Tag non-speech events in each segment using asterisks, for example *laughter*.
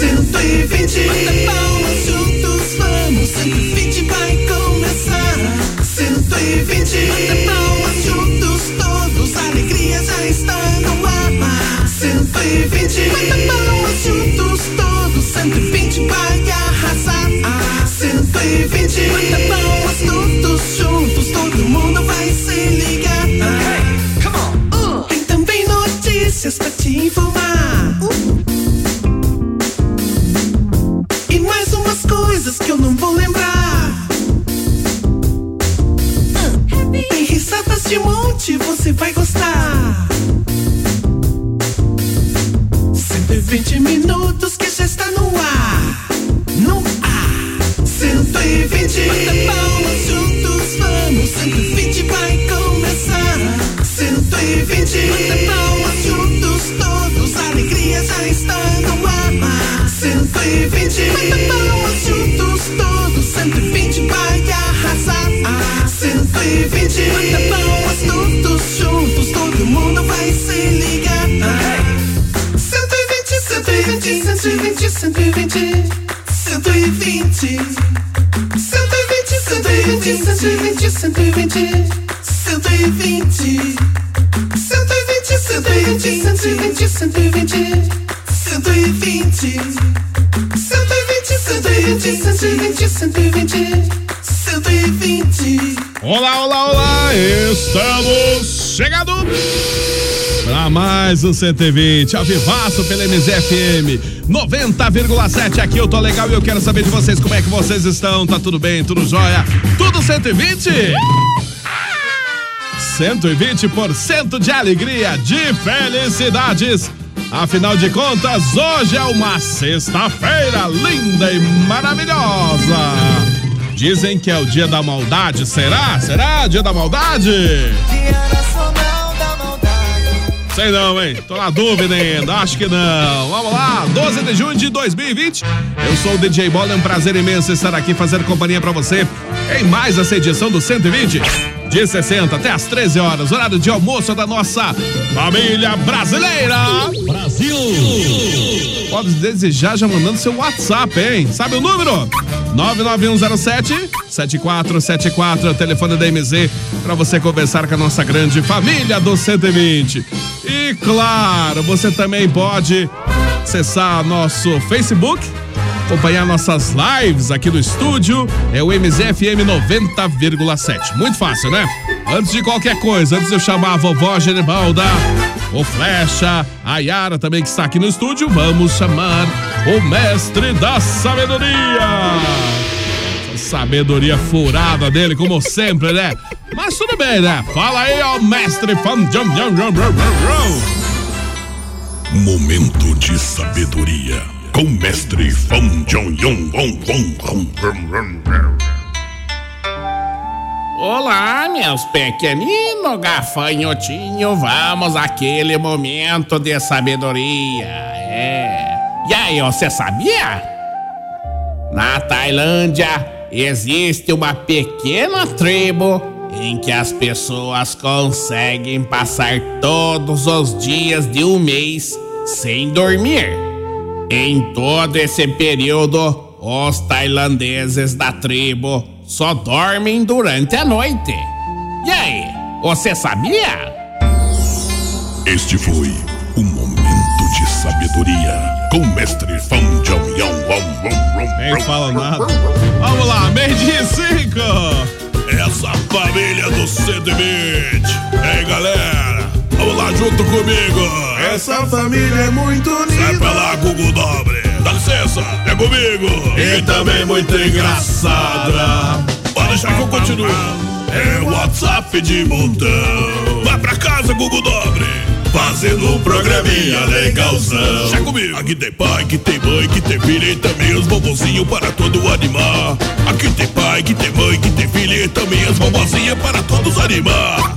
120 Bata palmas juntos, vamos é 120 vai começar 120 Bata palmas juntos, todos a alegria já está no ar 120 Bata palmas juntos, todos 120 vai arrasar Ah, 120 Bata palmas todos juntos, todo mundo vai se ligar Tem também notícias pra te informar e mais umas coisas que eu não vou lembrar. Tem risadas de monte, você vai gostar. 120 minutos que já está no ar. No ar. 120. Bata palmas juntos, vamos. 120 vai começar. 120. Bata palmas juntos, todos. A alegria já está no ar. 120. Bata palmas juntos, todos. 120 vai arrasar. 120. Bata palmas todos juntos, todo mundo vai se ligar. 120, 120, 120, 120, 120, 120, 120, 120, 120, 120, 120, 120, 120, 120, 120, 120, 120, 120, 120. Olá, olá, olá! Estamos chegando para mais um 120, ao vivaço pela MZFM 90,7. Aqui eu tô legal e eu quero saber de vocês como é que vocês estão. Tá tudo bem? Tudo jóia? Tudo 120? 120% de alegria, de felicidades. Afinal de contas, hoje é uma sexta-feira linda e maravilhosa. Dizem que é o dia da maldade, será? Será dia da maldade? Sei não, hein? Tô na dúvida ainda, acho que não. Vamos lá, 12 de junho de 2020. Eu sou o DJ Bola, é um prazer imenso estar aqui fazendo companhia pra você em mais essa edição do 120. De 60 até as 13 horas, horário de almoço da nossa família brasileira. Brasil! Pode desejar já mandando seu WhatsApp, hein? Sabe o número? 99107 7474, telefone da MZ, para você conversar com a nossa grande família do 120. E claro, você também pode acessar nosso Facebook, acompanhar nossas lives aqui no estúdio, é o MZFM 90,7. Muito fácil, né? Antes de qualquer coisa, antes de eu chamar a vovó Genibalda, o Flecha, a Yara também que está aqui no estúdio, vamos chamar o mestre da sabedoria sabedoria furada dele, como sempre, né? Mas tudo bem, né? Fala aí, ó, mestre fã. Jum, jum, jum, jum, jum, jum. Momento de sabedoria com o mestre Fão Jong Yong Wong Wong Wong Wong Wong Wong. Olá, meus pequenino gafanhotinho, vamos àquele momento de sabedoria, é. E aí, você sabia? Na Tailândia existe uma pequena tribo em que as pessoas conseguem passar todos os dias de um mês sem dormir. Em todo esse período, os tailandeses da tribo só dormem durante a noite. E aí, você sabia? Este foi o momento de sabedoria com o mestre Fão Jong Yong Wong Wong Wong. Nem fala nada. Vamos lá, meio-dia e cinco. Essa família do 120. Ei, galera, vamos lá junto comigo. Essa família é muito Sai pra unida. lá, Google Dobre. Dá licença, é comigo. E também muito engraçada. Pode deixar que eu continuo. É o WhatsApp de montão. Vai pra casa, Google Dobre. Fazendo um programinha legalzão. Chega comigo. Aqui tem pai, que tem mãe, que tem filha e também os bobozinhos para todo animar. Aqui tem pai, que tem mãe, que tem filha e também as bobozinhas para todos animar.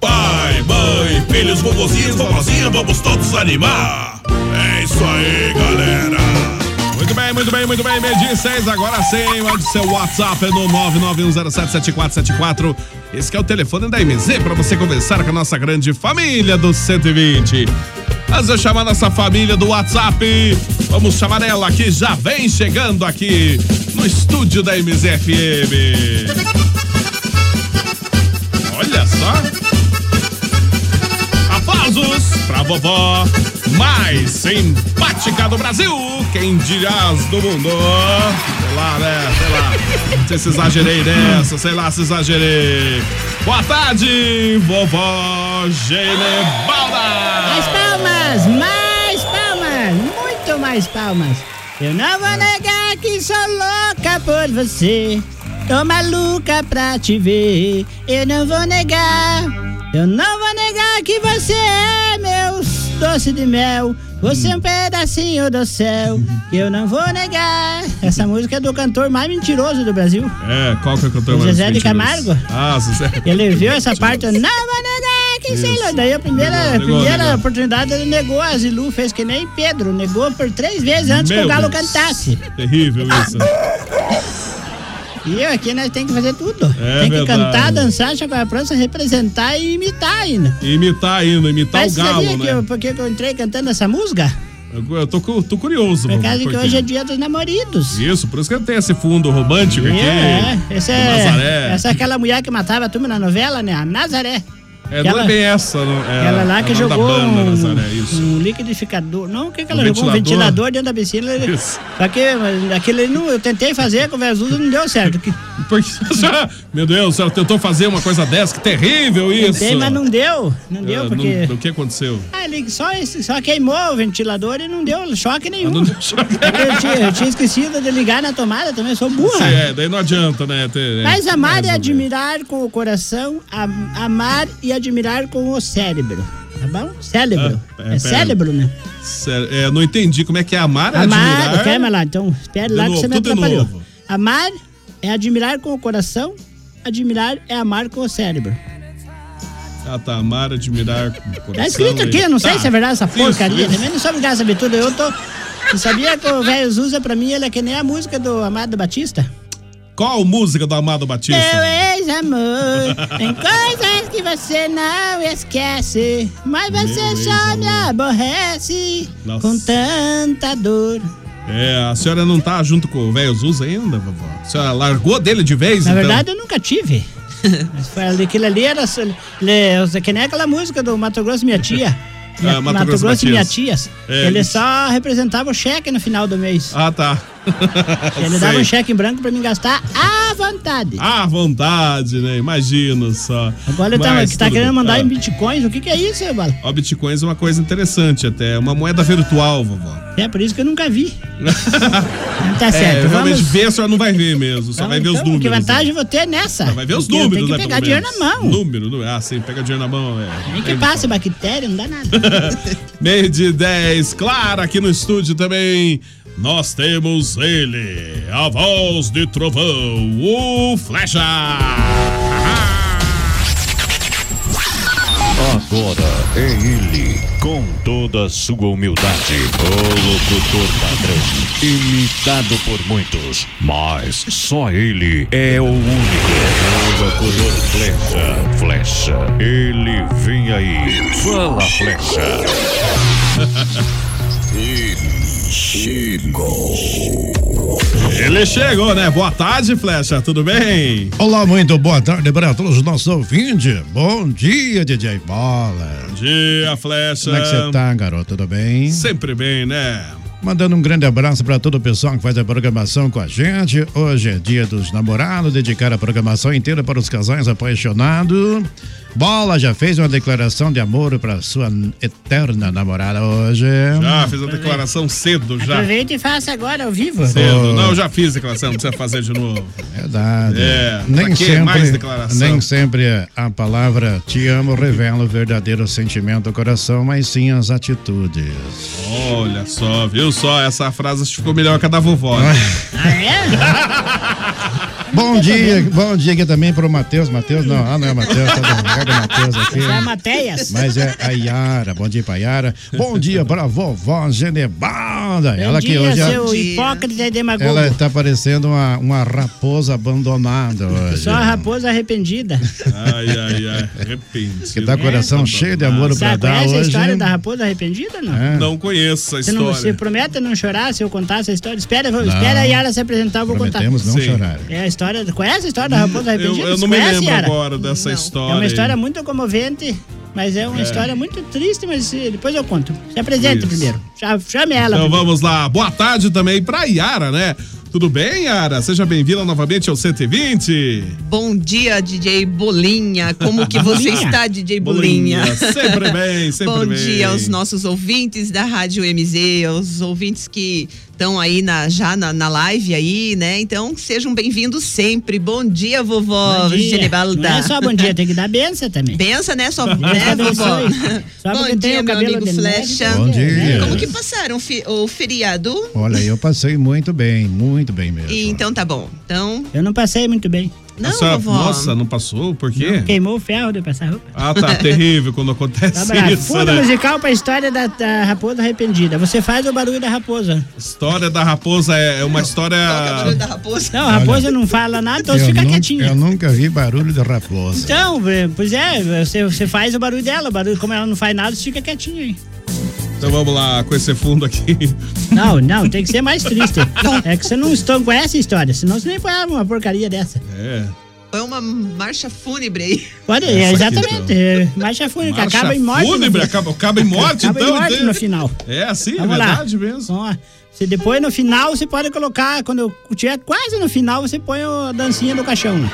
Pai, mãe, filhos, bobozinhos, bobozinha, vamos todos animar. É isso aí, galera. Muito bem, muito bem, muito bem. Meio-dia e seis, agora sim. Mande seu WhatsApp no 991077474. Esse que é o telefone da MZ para você conversar com a nossa grande família do 120. Antes de eu chamar nossa família do WhatsApp, vamos chamar ela que já vem chegando aqui no estúdio da MZFM. Olha só. Aplausos pra vovó mais simpática do Brasil. Quem dirás do mundo? Sei lá, né? Sei lá. Não sei se exagerei nessa, sei lá se exagerei. Boa tarde, vovó Mais Genebalda. palmas, mais palmas, muito mais palmas. Eu não vou negar que sou louca por você. Tô maluca pra te ver. Eu não vou negar. Eu não vou negar que você é meu doce de mel. Você é um pedacinho do céu. que Eu não vou negar. Essa música é do cantor mais mentiroso do Brasil. É, qual que é o cantor mais Zezé de mentiroso? Camargo? Ah, Zezé. Ele viu essa parte, eu não vou negar que sei lá. Daí a primeira, Negou, negou, primeira negou. oportunidade ele negou a Zilu, fez que nem Pedro, negou por três vezes antes que Meu o Galo Deus. cantasse. Terrível isso. E eu aqui nós tem que fazer tudo. É tem que verdade. cantar, dançar, chacoalhar a prança, representar e imitar ainda. Imitar ainda, imitar Mas o você galo, sabia que eu, né? porque que eu entrei cantando essa música? Eu, eu tô, cu- tô curioso, Por vovó, causa que por quê? hoje é dia dos namorados. Isso, por isso que tem esse fundo romântico aqui. É, essa do é, Nazaré. essa é aquela mulher que matava a turma na novela, né? A Nazaré. É, não Ela- é bem essa, não. É, Ela lá que é o nome jogou Da banda, um, Nazaré, é isso. *laughs* um liquidificador. Não, o que, que Um ela jogou? Um ventilador. ventilador dentro da piscina. Ele- Isso. Só que mas, aquele não, eu tentei fazer com o Vesuso não deu certo. Que- Porque, a senhora- meu Deus, a senhora tentou fazer uma coisa dessa, que terrível isso. Tentei, mas não deu. Não Ah, deu, não- porque. O que aconteceu? Ah, ele só, esse- só queimou o ventilador e não deu choque nenhum. Não deu choque. Eu, tinha, eu tinha esquecido de ligar na tomada também, eu sou burra. Sim, é, daí não adianta, né? ter- Mas amar mais é ou menos. admirar com o coração, am- amar e admirar com o cérebro. Tá bom? Cérebro. Ah, é, é pera. cérebro, né? Sério, é, não entendi como é que é amar, é Amar, admirar. calma lá, então espere De lá novo, que você me tudo de atrapalhou. novo. Amar é admirar com o coração, admirar é amar com o cérebro. Ah, tá, amar, admirar. com o Tá coração escrito aqui, e- não sei Tá. se é verdade essa Isso, porcaria. isso. Também não sou obrigado a saber tudo. Eu tô. Eu sabia que o velho Zusa pra mim, ele é que nem a música do Amado Batista. Qual música do Amado Batista? Meu ex-amor, tem coisas que você não esquece, mas você Meu só me ex-amor. aborrece Nossa. com tanta dor. É, a senhora não tá junto com o velho Zuz ainda, vovó? A senhora largou dele de vez, Na então? verdade, eu *laughs* nunca tive. Mas foi ali- aquilo ali era. só- ele- Que nem é aquela música do Mato Grosso e Minha *laughs* Tia. Minha- Ah, Mato Grosso e Minha Matias. Tias. É, ele isso. só representava o cheque no final do mês. Ah, tá. ele Sei. dava um cheque em branco pra mim gastar à vontade. À vontade, né? Imagina só. Agora ele tá, Mas que tá tudo querendo bem. mandar Ah, em bitcoins. O que, que é isso, seu Bala? Ó, bitcoins é uma coisa interessante até. É uma moeda virtual, vovó. É por isso que eu nunca vi. Não tá *laughs* é, certo. realmente vamos. ver, a senhora não vai ver mesmo. Só vamos, vai ver os então, números. Que vantagem né? eu vou ter nessa? Vai ver os Porque eu números, tenho né? que pelo pegar dinheiro na menos. mão. Número, número. Ah, sim, pega dinheiro na mão, *laughs* é. Nem que Tem passe bactéria, não dá nada. Meio de 10, claro, aqui no estúdio também. Nós temos ele, a voz de trovão, o Flecha. Ah, ah. Agora é ele, com toda a sua humildade, o locutor padrão, imitado por muitos, mas só ele é o único, o locutor flecha, flecha, ele vem aí, fala flecha. Ele chegou, né? Boa tarde, Flecha, tudo bem? Olá, muito boa tarde para todos os nossos ouvintes. Bom dia, DJ Bola. Bom dia, Flecha. Como é que você tá, garoto? Tudo bem? Sempre bem, né? Mandando um grande abraço para todo o pessoal que faz a programação com a gente. Hoje é dia dos namorados, dedicar a programação inteira para os casais apaixonados. Bola já fez uma declaração de amor para sua eterna namorada hoje. Já fiz a declaração cedo *laughs* já. Aproveita e faça agora ao vivo. Cedo. Não, eu já fiz declaração, não precisa fazer de novo. Verdade. É, pra nem que mais sempre, declaração? nem sempre a palavra te amo revela o verdadeiro sentimento do coração, mas sim as atitudes. Olha só, viu só? Essa frase ficou melhor que a da vovó. né? Ah, é? Bom dia, bom dia aqui também pro Matheus. Matheus, não, ah, não é Matheus, tá dando merda, Matheus aqui. Já Mateias. Mas é a Yara, bom dia pra Yara. Bom dia pra vovó Genebalda. Bom ela que dia, hoje seu é- hipócrita e demagogo. ela tá parecendo uma, uma raposa abandonada hoje. Só a raposa arrependida. Ai, ai, ai. Arrependido. Que tá com o coração cheio de amor pra Sabe, dar É, conhece a hoje. história da raposa arrependida? Não. É. Não conheço essa Você, não, você história. promete não chorar se eu contar essa história? Espera, eu vou- espera a Yara se apresentar, eu vou contar. Prometemos não Sim. Hum, chorar. É a história. Conhece a história da raposa Eu, arrependida? eu Você não me conhece, lembro Yara? agora dessa Não. história. É uma aí. história muito comovente, mas é uma história muito triste, mas eh, depois eu conto. Se apresente Isso. primeiro. Cha- Chame ela. Então primeiro. vamos lá. Boa tarde também pra Yara, né? Tudo bem, Yara? Seja bem-vinda novamente ao 120. Bom dia, DJ Bolinha. Como que você Bolinha? está, DJ Bolinha? Sempre bem, sempre Bom bem. dia aos nossos ouvintes da Rádio MZ, aos ouvintes que estão aí na, já na, na live aí, né? Então, sejam bem-vindos sempre. Bom dia, vovó Bom dia. Genebalda. Não é só bom dia, tem que dar benção também. é Bença, né, só, né, Deus vovó? abençoe. Só porque Bom tem dia, meu o cabelo amigo de né? Flecha. Bom dia. Como que passaram fi- o feriado? Olha, eu passei muito bem, muito bem mesmo. E, então tá bom. Então, Eu não passei muito bem. não, Nossa, vovó. nossa, não passou? Por quê? Queimou o ferro de *laughs* passar roupa. Ah, tá terrível *laughs* quando Tá acontece bravo. isso, Fundo né? musical pra história da, da raposa arrependida. Você faz o barulho da raposa. História da raposa é é uma história. Toca o barulho da raposa. Não, a raposa não fala nada, então você fica nun- quietinha. eu nunca vi barulho de raposa. Então, eh, pois é, você, você faz o barulho dela, o barulho, como ela não faz nada, você fica quietinha, hein? Então vamos lá com esse fundo aqui. Não, não, tem que ser mais triste. *laughs* É que você não estou- conhece a história, senão você nem põe uma porcaria dessa. É. É uma marcha fúnebre *laughs* aí. Pode, é, exatamente. é, Marcha fúnebre, então. Marcha acaba em morte. no Fúnebre, fim. acaba, acaba em *laughs* morte, Acaba em então. morte entende? no final. É assim, é Vamos lá. verdade mesmo. Ó, você depois no final você pode colocar, quando tiver quase no final, você põe o- a dancinha do caixão. né?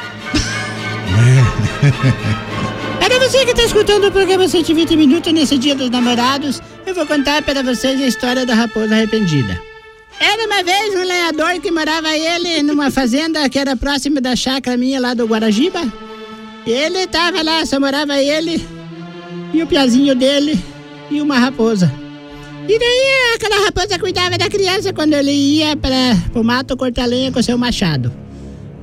É. Para É você que está escutando o programa 120 Minutos nesse dia dos namorados, eu vou contar para vocês a história da raposa arrependida. Era uma vez um lenhador que morava ele numa fazenda que era próximo da chácara minha lá do Guarajiba. Ele estava lá, só morava ele e o piazinho dele e uma raposa. E daí aquela raposa cuidava da criança quando ele ia para o mato cortar lenha com seu machado.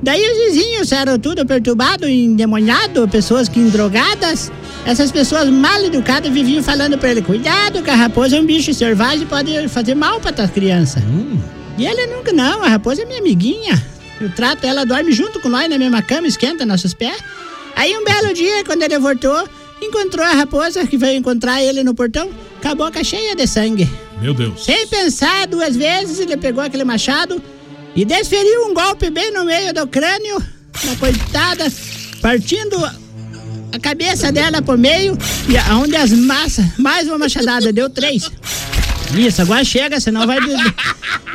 Daí os vizinhos eram tudo perturbado, endemoniado, pessoas que drogadas. Essas pessoas mal educadas viviam falando para ele: cuidado, que a raposa é um bicho selvagem e pode fazer mal para tua criança. E ele nunca, não, a raposa é minha amiguinha. Eu trato ela, dorme junto com nós na mesma cama, esquenta nossos pés. Aí um belo dia, quando ele voltou, encontrou a raposa que veio encontrar ele no portão, com a boca cheia de sangue. Meu Deus. Sem pensar duas vezes, ele pegou aquele machado e desferiu um golpe bem no meio do crânio da coitada, partindo a cabeça dela por meio e aonde as massas, mais uma machadada, deu três. Isso, agora chega, senão vai. des-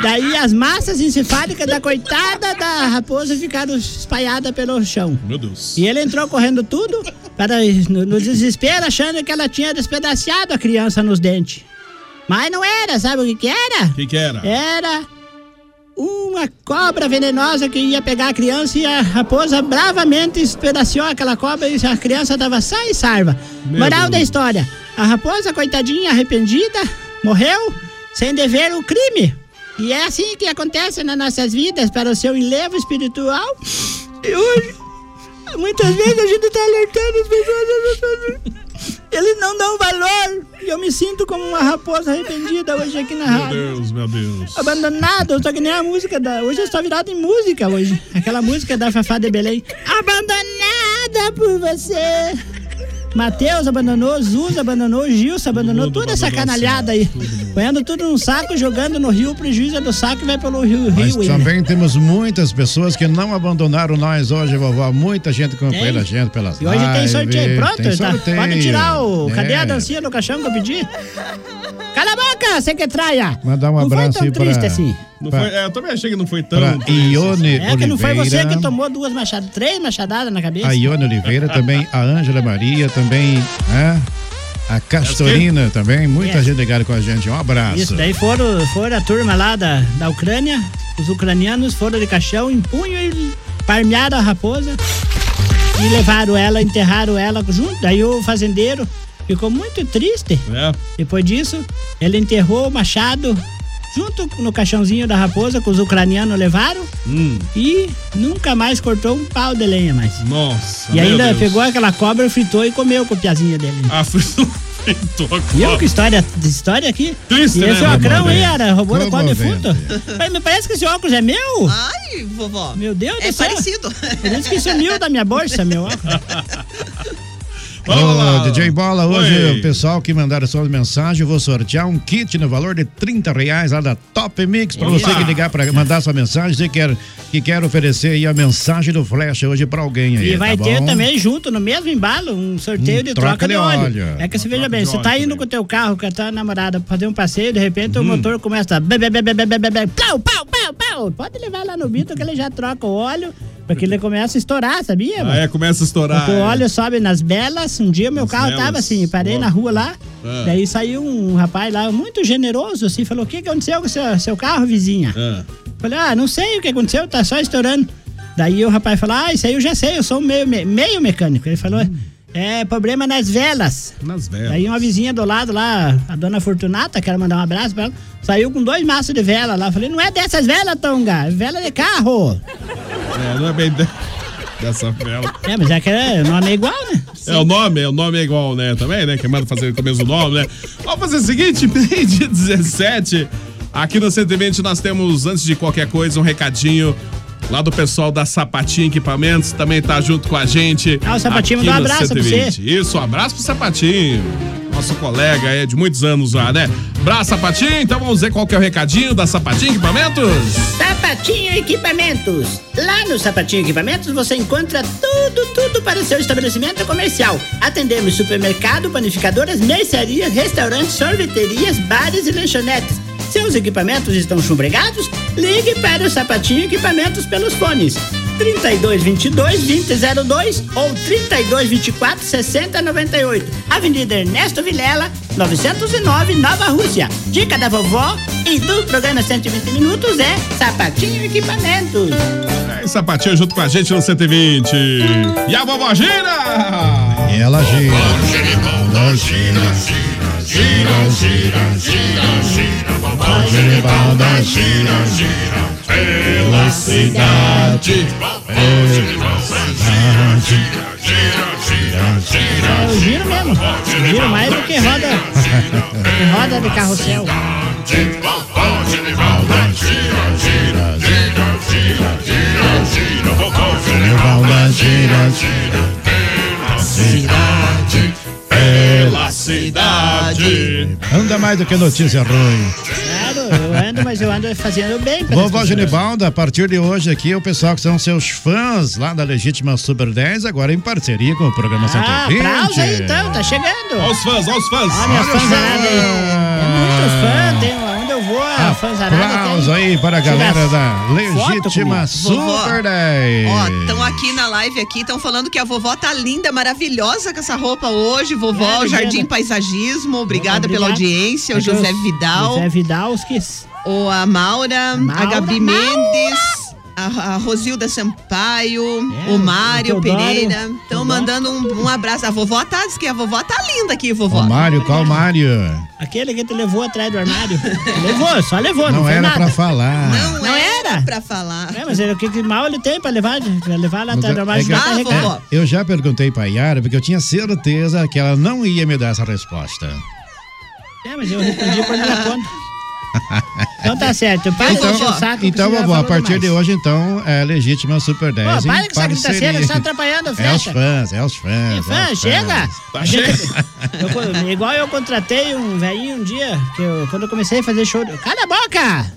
Daí as massas encefálicas da coitada da raposa ficaram espalhadas pelo chão. Meu Deus. E ele entrou correndo tudo para, no, no desespero, achando que ela tinha despedaciado a criança nos dentes. Mas não era, sabe o que, que era? O que, que era? Era uma cobra venenosa que ia pegar a criança e a raposa bravamente espedaciou aquela cobra e a criança estava sã e sarva. Meu Moral Deus. da história: a raposa, coitadinha, arrependida, morreu sem dever o crime. E é assim que acontece nas nossas vidas para o seu enlevo espiritual. E hoje, muitas vezes a gente está alertando as pessoas. Eles não dão valor. E eu me sinto como uma raposa arrependida hoje aqui na Meu rádio Deus, meu Deus. abandonado, eu tô que nem a música da. Hoje eu estou virado em música hoje. Aquela música da Fafá de Belém. Abandonada por você. Matheus abandonou, Zuza abandonou, Gilson abandonou, mundo toda essa abandonou, canalhada aí. Ponhando tudo num saco, jogando no rio, o prejuízo é do saco e vai pelo rio. né? Mas rio ainda. também temos muitas pessoas que não abandonaram nós hoje, vovó. Muita gente acompanhando Tem. a gente pelas E hoje tem lives, sorteio. Pronto? tem tá? sorteio. Pode tirar o. Cadê a É. dancinha do caixão que eu pedi? Cala a boca, você que traia! Mandar um Não foi abraço tão aí Tipo pra triste assim. Não foi, é, eu também achei que não foi tão. assim. Pra Ione É que não foi você Oliveira. que tomou duas machadas, três machadadas na cabeça? A Ione Oliveira também, a Ângela Maria também, né? É, A Castorina também, muita Yes. gente ligada com a gente. Um abraço. Isso, daí foram, foram a turma lá da, da Ucrânia, os ucranianos foram de caixão em punho e parmearam a raposa e levaram ela, enterraram ela junto. Daí o fazendeiro ficou muito triste. Depois disso, ele enterrou o machado junto no caixãozinho da raposa que os ucranianos levaram Hum, e nunca mais cortou um pau de lenha mais. Nossa. E meu ainda Deus. pegou aquela cobra, fritou e comeu com a piazinha dele. Ah, *laughs* fritou. fritou a E eu cobra. que história, de história aqui? Triste, e né, esse ocrão aí, comovente. era, roubou no colo Comovente. defunto? Mas me parece que esse óculos é meu? Ai, vovó. Meu Deus É do céu. parecido. Por isso que sumiu da minha *laughs* bolsa, meu óculos. Ô, DJ Bola, hoje Oi. o pessoal que mandaram sua mensagem, eu vou sortear um kit no valor de 30 reais lá da Top Mix pra Opa! você que ligar pra mandar sua mensagem, você quer, que quer oferecer aí a mensagem do Flash hoje pra alguém aí, E vai tá ter bom? também junto, no mesmo embalo, um sorteio Um de troca, de, óleo. É que você veja bem, de você óleo tá indo com o teu carro, com a tua namorada, pra fazer um passeio, de repente o motor começa a... be- be- be- be- be- be- be- Plau, pau, pau, pau. Pode levar lá no bito que ele já troca o óleo, porque ele começa a estourar, sabia? Ah, é, começa a estourar. Porque o é. óleo sobe nas belas. Um dia meu carro belas. tava assim, parei na rua lá. Ah. Daí saiu um rapaz lá, muito generoso, assim, falou: O que que aconteceu com seu, seu carro, vizinha? Ah. Falei: Ah, não sei o que aconteceu, tá só estourando. Daí o rapaz falou: Ah, isso aí eu já sei, eu sou meio, me- meio mecânico. Ele falou: É problema nas velas. Hum. Nas velas. Daí uma vizinha do lado lá, a dona Fortunata, quero mandar um abraço pra ela, saiu com dois maços de vela lá. Falei: Não é dessas velas, Tonga, é vela de carro. É, não é bem *laughs* de- dessa vela. É, mas é que é, o nome é igual, né? É o nome, é, o nome é igual, né? Também, né? Quem manda fazer com o mesmo nome, né? Vamos fazer o seguinte, *laughs* dia 17. Aqui no 120 nós temos, antes de qualquer coisa, um recadinho lá do pessoal da Sapatinho Equipamentos, também tá junto com a gente. Ah, o Sapatinho aqui mandou um no abraço pra 120. você. Isso, um abraço pro Sapatinho. Nosso colega é de muitos anos lá, né? Abraço, Sapatinho. Então vamos ver qual que é o recadinho da Sapatinho Equipamentos. Sapatinho Equipamentos. Lá no Sapatinho Equipamentos você encontra tudo, tudo para o seu estabelecimento comercial. Atendemos supermercado, panificadoras, mercearias, restaurantes, sorveterias, bares e lanchonetes. Seus equipamentos estão chumbregados? Ligue para o Sapatinho Equipamentos pelos fones 3222 2002 ou 3224 6098. Avenida Ernesto Vilela, 909, Nova Rússia. Dica da vovó e do programa 120 Minutos é Sapatinho Equipamentos. É, e Sapatinho junto com a gente no 120. E a vovó gira! E ela gira. Gira, gira, gira, gira, gira, gira, vovó Genivalda gira, gira pela cidade. Gira, gira, gira, gira, Eu É um giro mesmo. Um Giro mais do que roda, tá que roda de carrossel. vovó Genivalda gira, gira, gira, gira, gira, gira, vovó Genivalda gira, gira pela cidade. Pela cidade. Anda mais do que notícia ruim. Claro, eu ando, mas eu ando fazendo bem. pelas Vovó pessoas. Genibalda, a partir de hoje aqui, o pessoal que são seus fãs lá da Legítima Super 10, agora em parceria com o programa Ah, 120. aplausos aí então, tá chegando. Olha os fãs, olha os fãs. Olha meus fãs zarados aí. É muito fã, tem onde eu vou, Ah, a fã zarada Ah, Aplausos aí para a galera da foto comigo. Legítima Vovó. Super 10. Ó, estão aqui na live aqui, estão falando que a vovó tá linda, maravilhosa com essa roupa hoje, vovó, É, obrigada. Jardim Paisagismo, obrigada pela Obrigado. audiência, o É que eu- José Vidal, José Vidal, os que o, a Maura, a Maura, Gabi Maura! Mendes, a, a Rosilda Sampaio, É, o Mário o Teodoro, Pereira, estão mandando um, um abraço, a vovó tá, diz que a vovó tá linda aqui, vovó. O Mário, qual Mário? Aquele que te levou atrás do armário. levou, só levou, não, Não foi era nada. pra falar. Não, era pra falar. É, mas ele, o que, que mal ele tem pra levar, pra levar lá atrás do Mas é- armário? já é que- tá é, eu já perguntei pra Yara, porque eu tinha certeza que ela não ia me dar essa resposta. é, mas eu respondi por minha *laughs* conta. Então tá certo, para de encher o saco. que então você já vovó, a falou partir demais. de hoje, então, é legítima Super 10. Pô, em para com essa gritaceira, parceria. você tá atrapalhando É a os festa. fãs, é os fãs. é Fã, os chega! fãs. A gente- Eu co- igual eu contratei um velhinho um dia, que eu- quando eu comecei a fazer show. Cala a boca!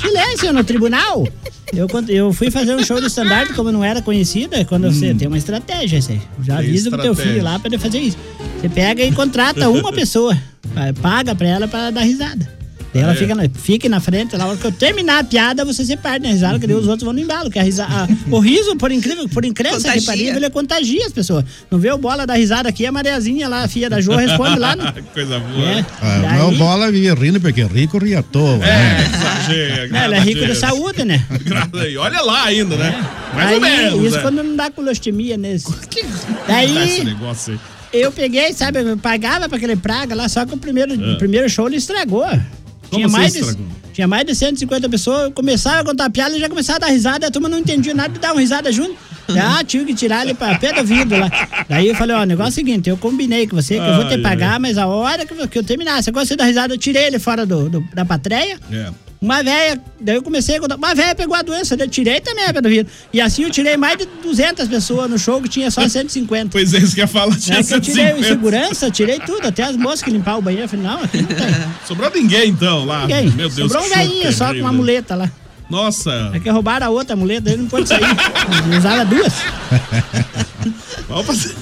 Silêncio no tribunal! Eu, con- eu fui fazer um show de stand-up, como eu não era conhecida, quando você tem uma estratégia, você já Hum. Tem avisa pro teu estratégia. filho lá pra ele fazer isso. Você pega e contrata uma pessoa, pa- paga pra ela pra dar risada. Daí ela É. fica na, fique na frente, na hora que eu terminar a piada, você se parte na risada, que daí os outros vão no embalo. Que a risa, a- o riso, por incrível, por incrença que Contagia. pareça, ele contagia as pessoas. Não vê o bola da risada aqui, a Mariazinha lá, a filha da Jo, responde lá. No, *laughs* *laughs* Coisa boa. É. Ah, o meu bola vive rindo porque rico ri à É, toa. É. né? Chega, Não, graças ela é a rico de Deus. saúde, né? Graças a Deus. Olha lá ainda, né? Mais Aí, ou menos. Isso né? quando não dá colostomia *laughs* nesse. É. Tá Dá Tá Esse Daí negócio aí. eu peguei, sabe, eu pagava pra aquele praga lá, só que o primeiro, Ah. o primeiro show ele estragou. tinha, assim mais estragou? De, tinha mais de 150 pessoas, eu começava a contar piada e já começava a dar risada, a turma não entendia nada e dava uma risada junto. *laughs* Ah, tive que tirar ele pra pé do vidro lá. Daí eu falei, ó, o negócio é o seguinte, eu combinei com você que eu vou te Ai, pagar, mas a hora que, eu- que eu terminar, você gosta da risada, eu tirei ele fora do, do- da patreia. É. Uma velha, daí eu comecei a contar. Uma velha pegou a doença, daí eu tirei também a pedofia. E assim eu tirei mais de 200 pessoas no show que tinha só 150. Pois é, isso que eu ia falar, *laughs* tinha é que eu tirei o 150. segurança, tirei tudo, até as moças que limpavam o banheiro. Eu falei, não, aqui não tem. *laughs* Sobrou ninguém então lá. Ninguém. Meu Deus Sobrou um que show velhinho só com terrível. uma muleta lá. Nossa. *laughs* É que roubaram a outra muleta, ele não pôde sair. Ele usava duas. Vamos fazer...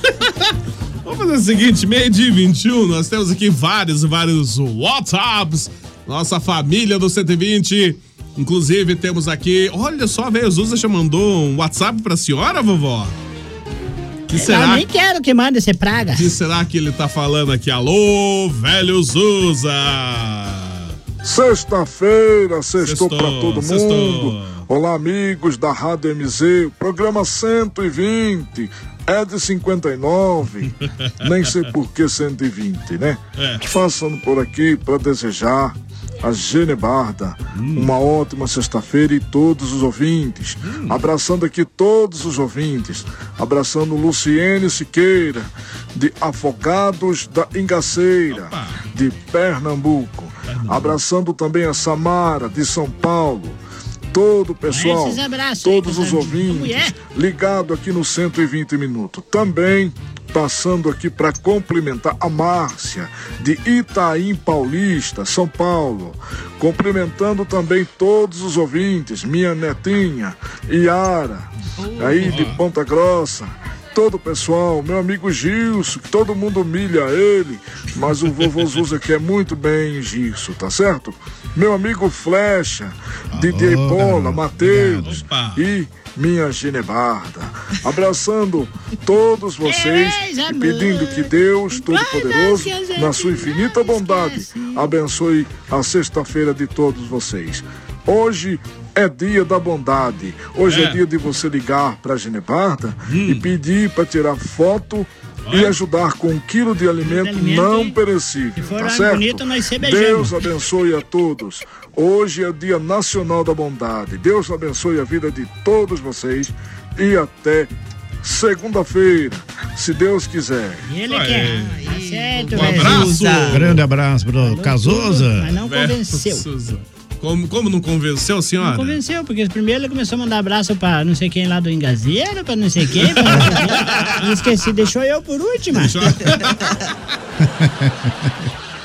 Vamos fazer o seguinte, meio dia e 21, nós temos aqui vários, vários WhatsApps, nossa família do 120. Inclusive, temos aqui, olha só, veio Zuza já mandou um WhatsApp pra senhora, vovó. Que Eu será nem quero que manda esse praga. que será que ele tá falando aqui? Alô, velho Zuza! Sexta-feira, Sextou, sextou pra todo sextou. mundo. Olá, amigos da Rádio MZ, o programa 120 é *laughs* de 59. Nem sei por que 120, né? É. Passando por aqui para desejar a Genebarda uma ótima sexta-feira e todos os ouvintes. Abraçando aqui todos os ouvintes. Abraçando Luciene Siqueira, de Afogados da Ingaceira, de Pernambuco. Abraçando também a Samara, de São Paulo. Todo o pessoal, Esses abraços aí, todos os Cassandra. ouvintes, Mulher. ligado aqui no 120 Minutos. Também passando aqui para cumprimentar a Márcia, de Itaim Paulista, São Paulo. Cumprimentando também todos os ouvintes, minha netinha, Yara, aí de Ponta Grossa. Todo o pessoal, meu amigo Gilson, que todo mundo humilha ele, mas o vovô Zuza quer muito bem Gilson, tá certo? Meu amigo Flecha, DJ Bola, Matheus e minha Ginebarda. Abraçando todos vocês e pedindo que Deus Todo-Poderoso, na sua infinita bondade, abençoe a sexta-feira de todos vocês. Hoje é dia da bondade. Hoje é, É. dia de você ligar para a Ginebarda Hum. e pedir para tirar foto e ajudar com um quilo de alimento, alimento, não hein? perecível. for Tá lá certo? bonito, nós se beijamos. Deus abençoe a todos. Hoje é Dia Nacional da Bondade. Deus abençoe a vida de todos vocês e até segunda-feira, se Deus quiser. E ele é. quer. Tá certo, Um velho. abraço. É. Grande abraço pro Cazuza. ah. Mas não Velho convenceu. Zuza. Como, como não convenceu a Não senhora? convenceu, porque primeiro ele começou a mandar abraço pra não sei quem lá do Engazeiro, pra não sei quem. Pra *laughs* não sei quem. E Esqueci, deixou eu por última.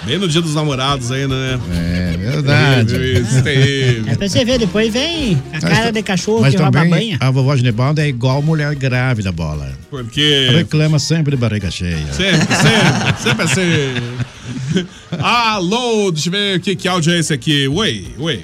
Bem no dia dos namorados ainda, né? É verdade. Isso, terrível. É pra você ver, depois vem a cara de cachorro Mas que rouba a também banha. a vovó Ginebalda é igual mulher grávida, bola. Porque Reclama sempre de barriga cheia. sempre, sempre, sempre assim. Alô, deixa eu ver que, que áudio é esse aqui. Oi, oi.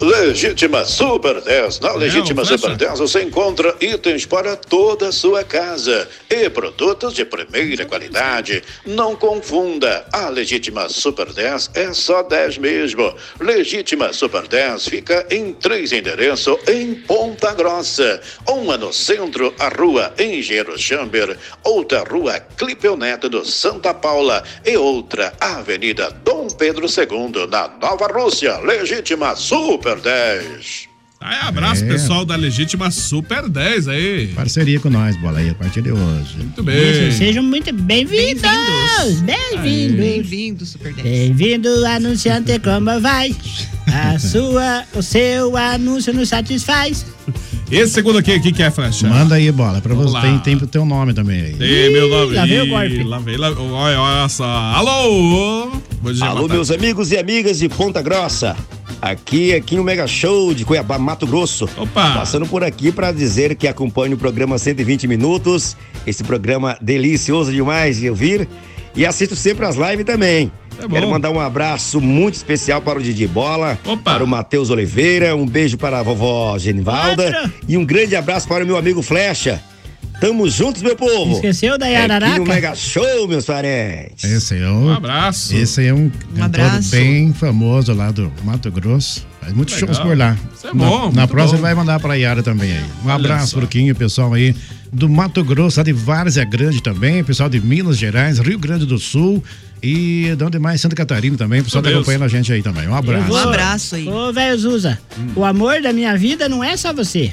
Legítima Super 10. Na Legítima Super 10 você encontra itens para toda a sua casa e produtos de primeira qualidade. Não confunda, a Legítima Super 10 é só 10 mesmo. Legítima Super 10 fica em três endereços em Ponta Grossa. Uma no centro, a rua Engenheiro Chamber, outra rua Clipeu Neto do Santa Paula e outra Avenida Dom Pedro II, na Nova Rússia. Legítima Super 10. Aí, abraço, É. pessoal da Legítima Super 10 aí. Parceria com nós, bola aí, a partir de hoje. Muito É. bem. Isso, sejam muito bem-vindos! Bem-vindos! Bem-vindo, Super 10. Bem-vindo, anunciante, como vai? *laughs* A sua, o seu anúncio nos satisfaz. Esse segundo aqui, o que, que é, Flecha? Manda aí, bola. Pra Vamos você lá. tem, tem o teu nome também aí. Tem meu nome. lá veio o Ih, golpe. Lá veio, lá, olha, olha só. Alô! Bom dia, boa Alô, tarde. meus amigos e amigas de Ponta Grossa. Aqui, aqui no Mega Show de Cuiabá, Mato Grosso. Opa! Passando por aqui para dizer que acompanho o programa 120 Minutos, esse programa delicioso demais de ouvir. E assisto sempre as lives também. Tá bom. Quero mandar um abraço muito especial para o Didi Bola, para o Matheus Oliveira, um beijo para a vovó Genivalda e um grande abraço para o meu amigo Flecha. Tamo juntos, meu povo. Esqueceu da É aqui Yararaca? no Mega Show, meus parentes. Esse é um, abraço. Esse é um, cantor abraço. bem famoso lá do Mato Grosso. Faz muitos Legal. shows por lá. Isso é Na- bom, Na, muito próxima bom. ele vai mandar pra Yara também aí. Um Olha abraço só. pro Quinho, pessoal aí do Mato Grosso, lá de Várzea Grande também, pessoal de Minas Gerais, Rio Grande do Sul e de onde mais? Santa Catarina também, pessoal tá mesmo. acompanhando a gente aí também. Um abraço. aí. Ô, velho Zuza, o amor da minha vida não é só você.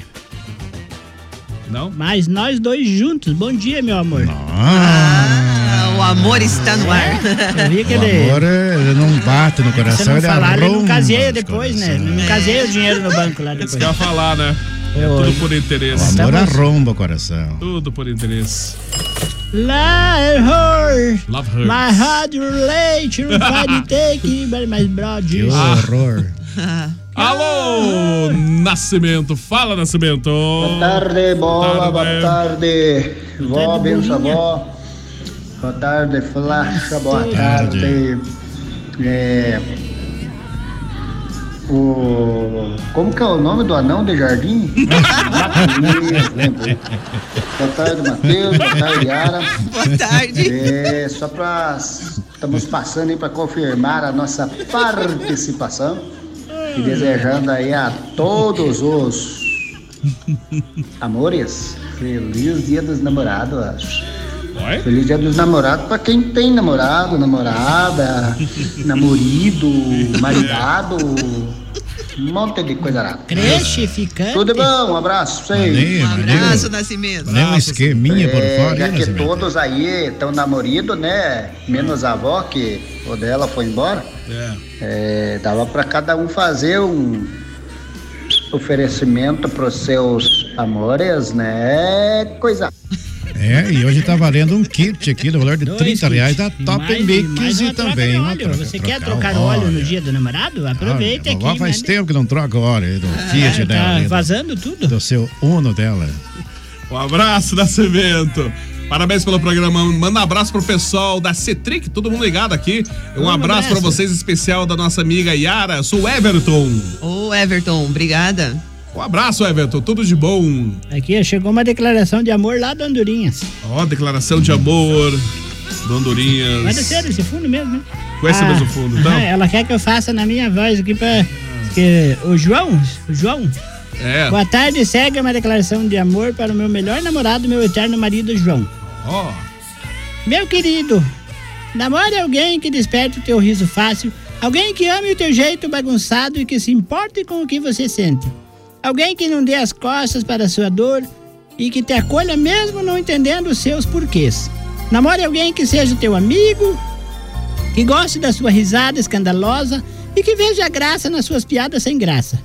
Não? Mas nós dois juntos. Bom dia, meu amor. É? Ah, o amor está no ar. Eu vi que ele- O amor é- ele não bate no Se coração, não ele falar, ele não arromba. caseia depois, né? Não caseia o dinheiro no banco lá depois. Isso que eu ia falar, né? É tudo por O interesse. amor arromba o coração. Tudo por interesse. Love her. Love her. My heart relate, you *laughs* find take, but my Que brother. horror. Ah. Alô, Nascimento. Fala, Nascimento. Boa tarde, bola, boa tarde, vó, tarde, benção, bolinha. vó. Boa tarde, Flacha, boa tarde. É, o, como que é o nome do anão de *laughs* jardim? boa tarde, Matheus, boa tarde, Yara. Boa tarde. É, só para... Estamos passando aí para confirmar a nossa participação e desejando aí a todos os Amores, feliz dia dos namorados. Feliz dia dos namorados pra quem tem namorado, *laughs* namorada, namorido, É. maridado, um monte de coisa rara. Creche, ficante. Tudo bom, um abraço pra vocês. Valeu, Um valeu. abraço, Nascimento. Dá um esqueminha por fora, já hein, que Nascimento? todos aí estão namorido, né? Menos a avó, que o dela foi embora. É, dava para cada um fazer um oferecimento pros seus amores, né? Coisa. É, e hoje tá valendo um kit aqui no valor de 30 reais da Top mais- um, Mix mais uma e também. troca uma de óleo. troca- Você quer trocar óleo, no dia do namorado? Aproveita Olha, aqui. vovó faz manda- tempo que não troca o óleo aí do kit tá dela. aí, do- vazando tudo. Do seu Uno dela. Um abraço, Nascimento. Parabéns pelo programa. Manda um abraço pro pessoal da Cetric, todo mundo ligado aqui. Um Vamos abraço nessa. pra vocês, especial da nossa amiga Yara. Eu sou o Everton. Ô, Everton, obrigada. Um abraço, Everton. Tudo de bom. Aqui ó, chegou uma declaração de amor lá do Andorinhas. Ó, declaração de amor. Dondurinhas. Mas é sério, esse fundo mesmo, né? Com esse mesmo fundo, então? ah, Ela quer que eu faça na minha voz aqui pra. Que, o João, o João. É. Boa tarde, segue uma declaração de amor para o meu melhor namorado, meu eterno marido João. Ó. Meu querido, namore alguém que desperte o teu riso fácil, alguém que ame o teu jeito bagunçado e que se importe com o que você sente. Alguém que não dê as costas para a sua dor e que te acolha mesmo não entendendo os seus porquês. Namore alguém que seja o teu amigo, que goste da sua risada escandalosa e que veja graça nas suas piadas sem graça.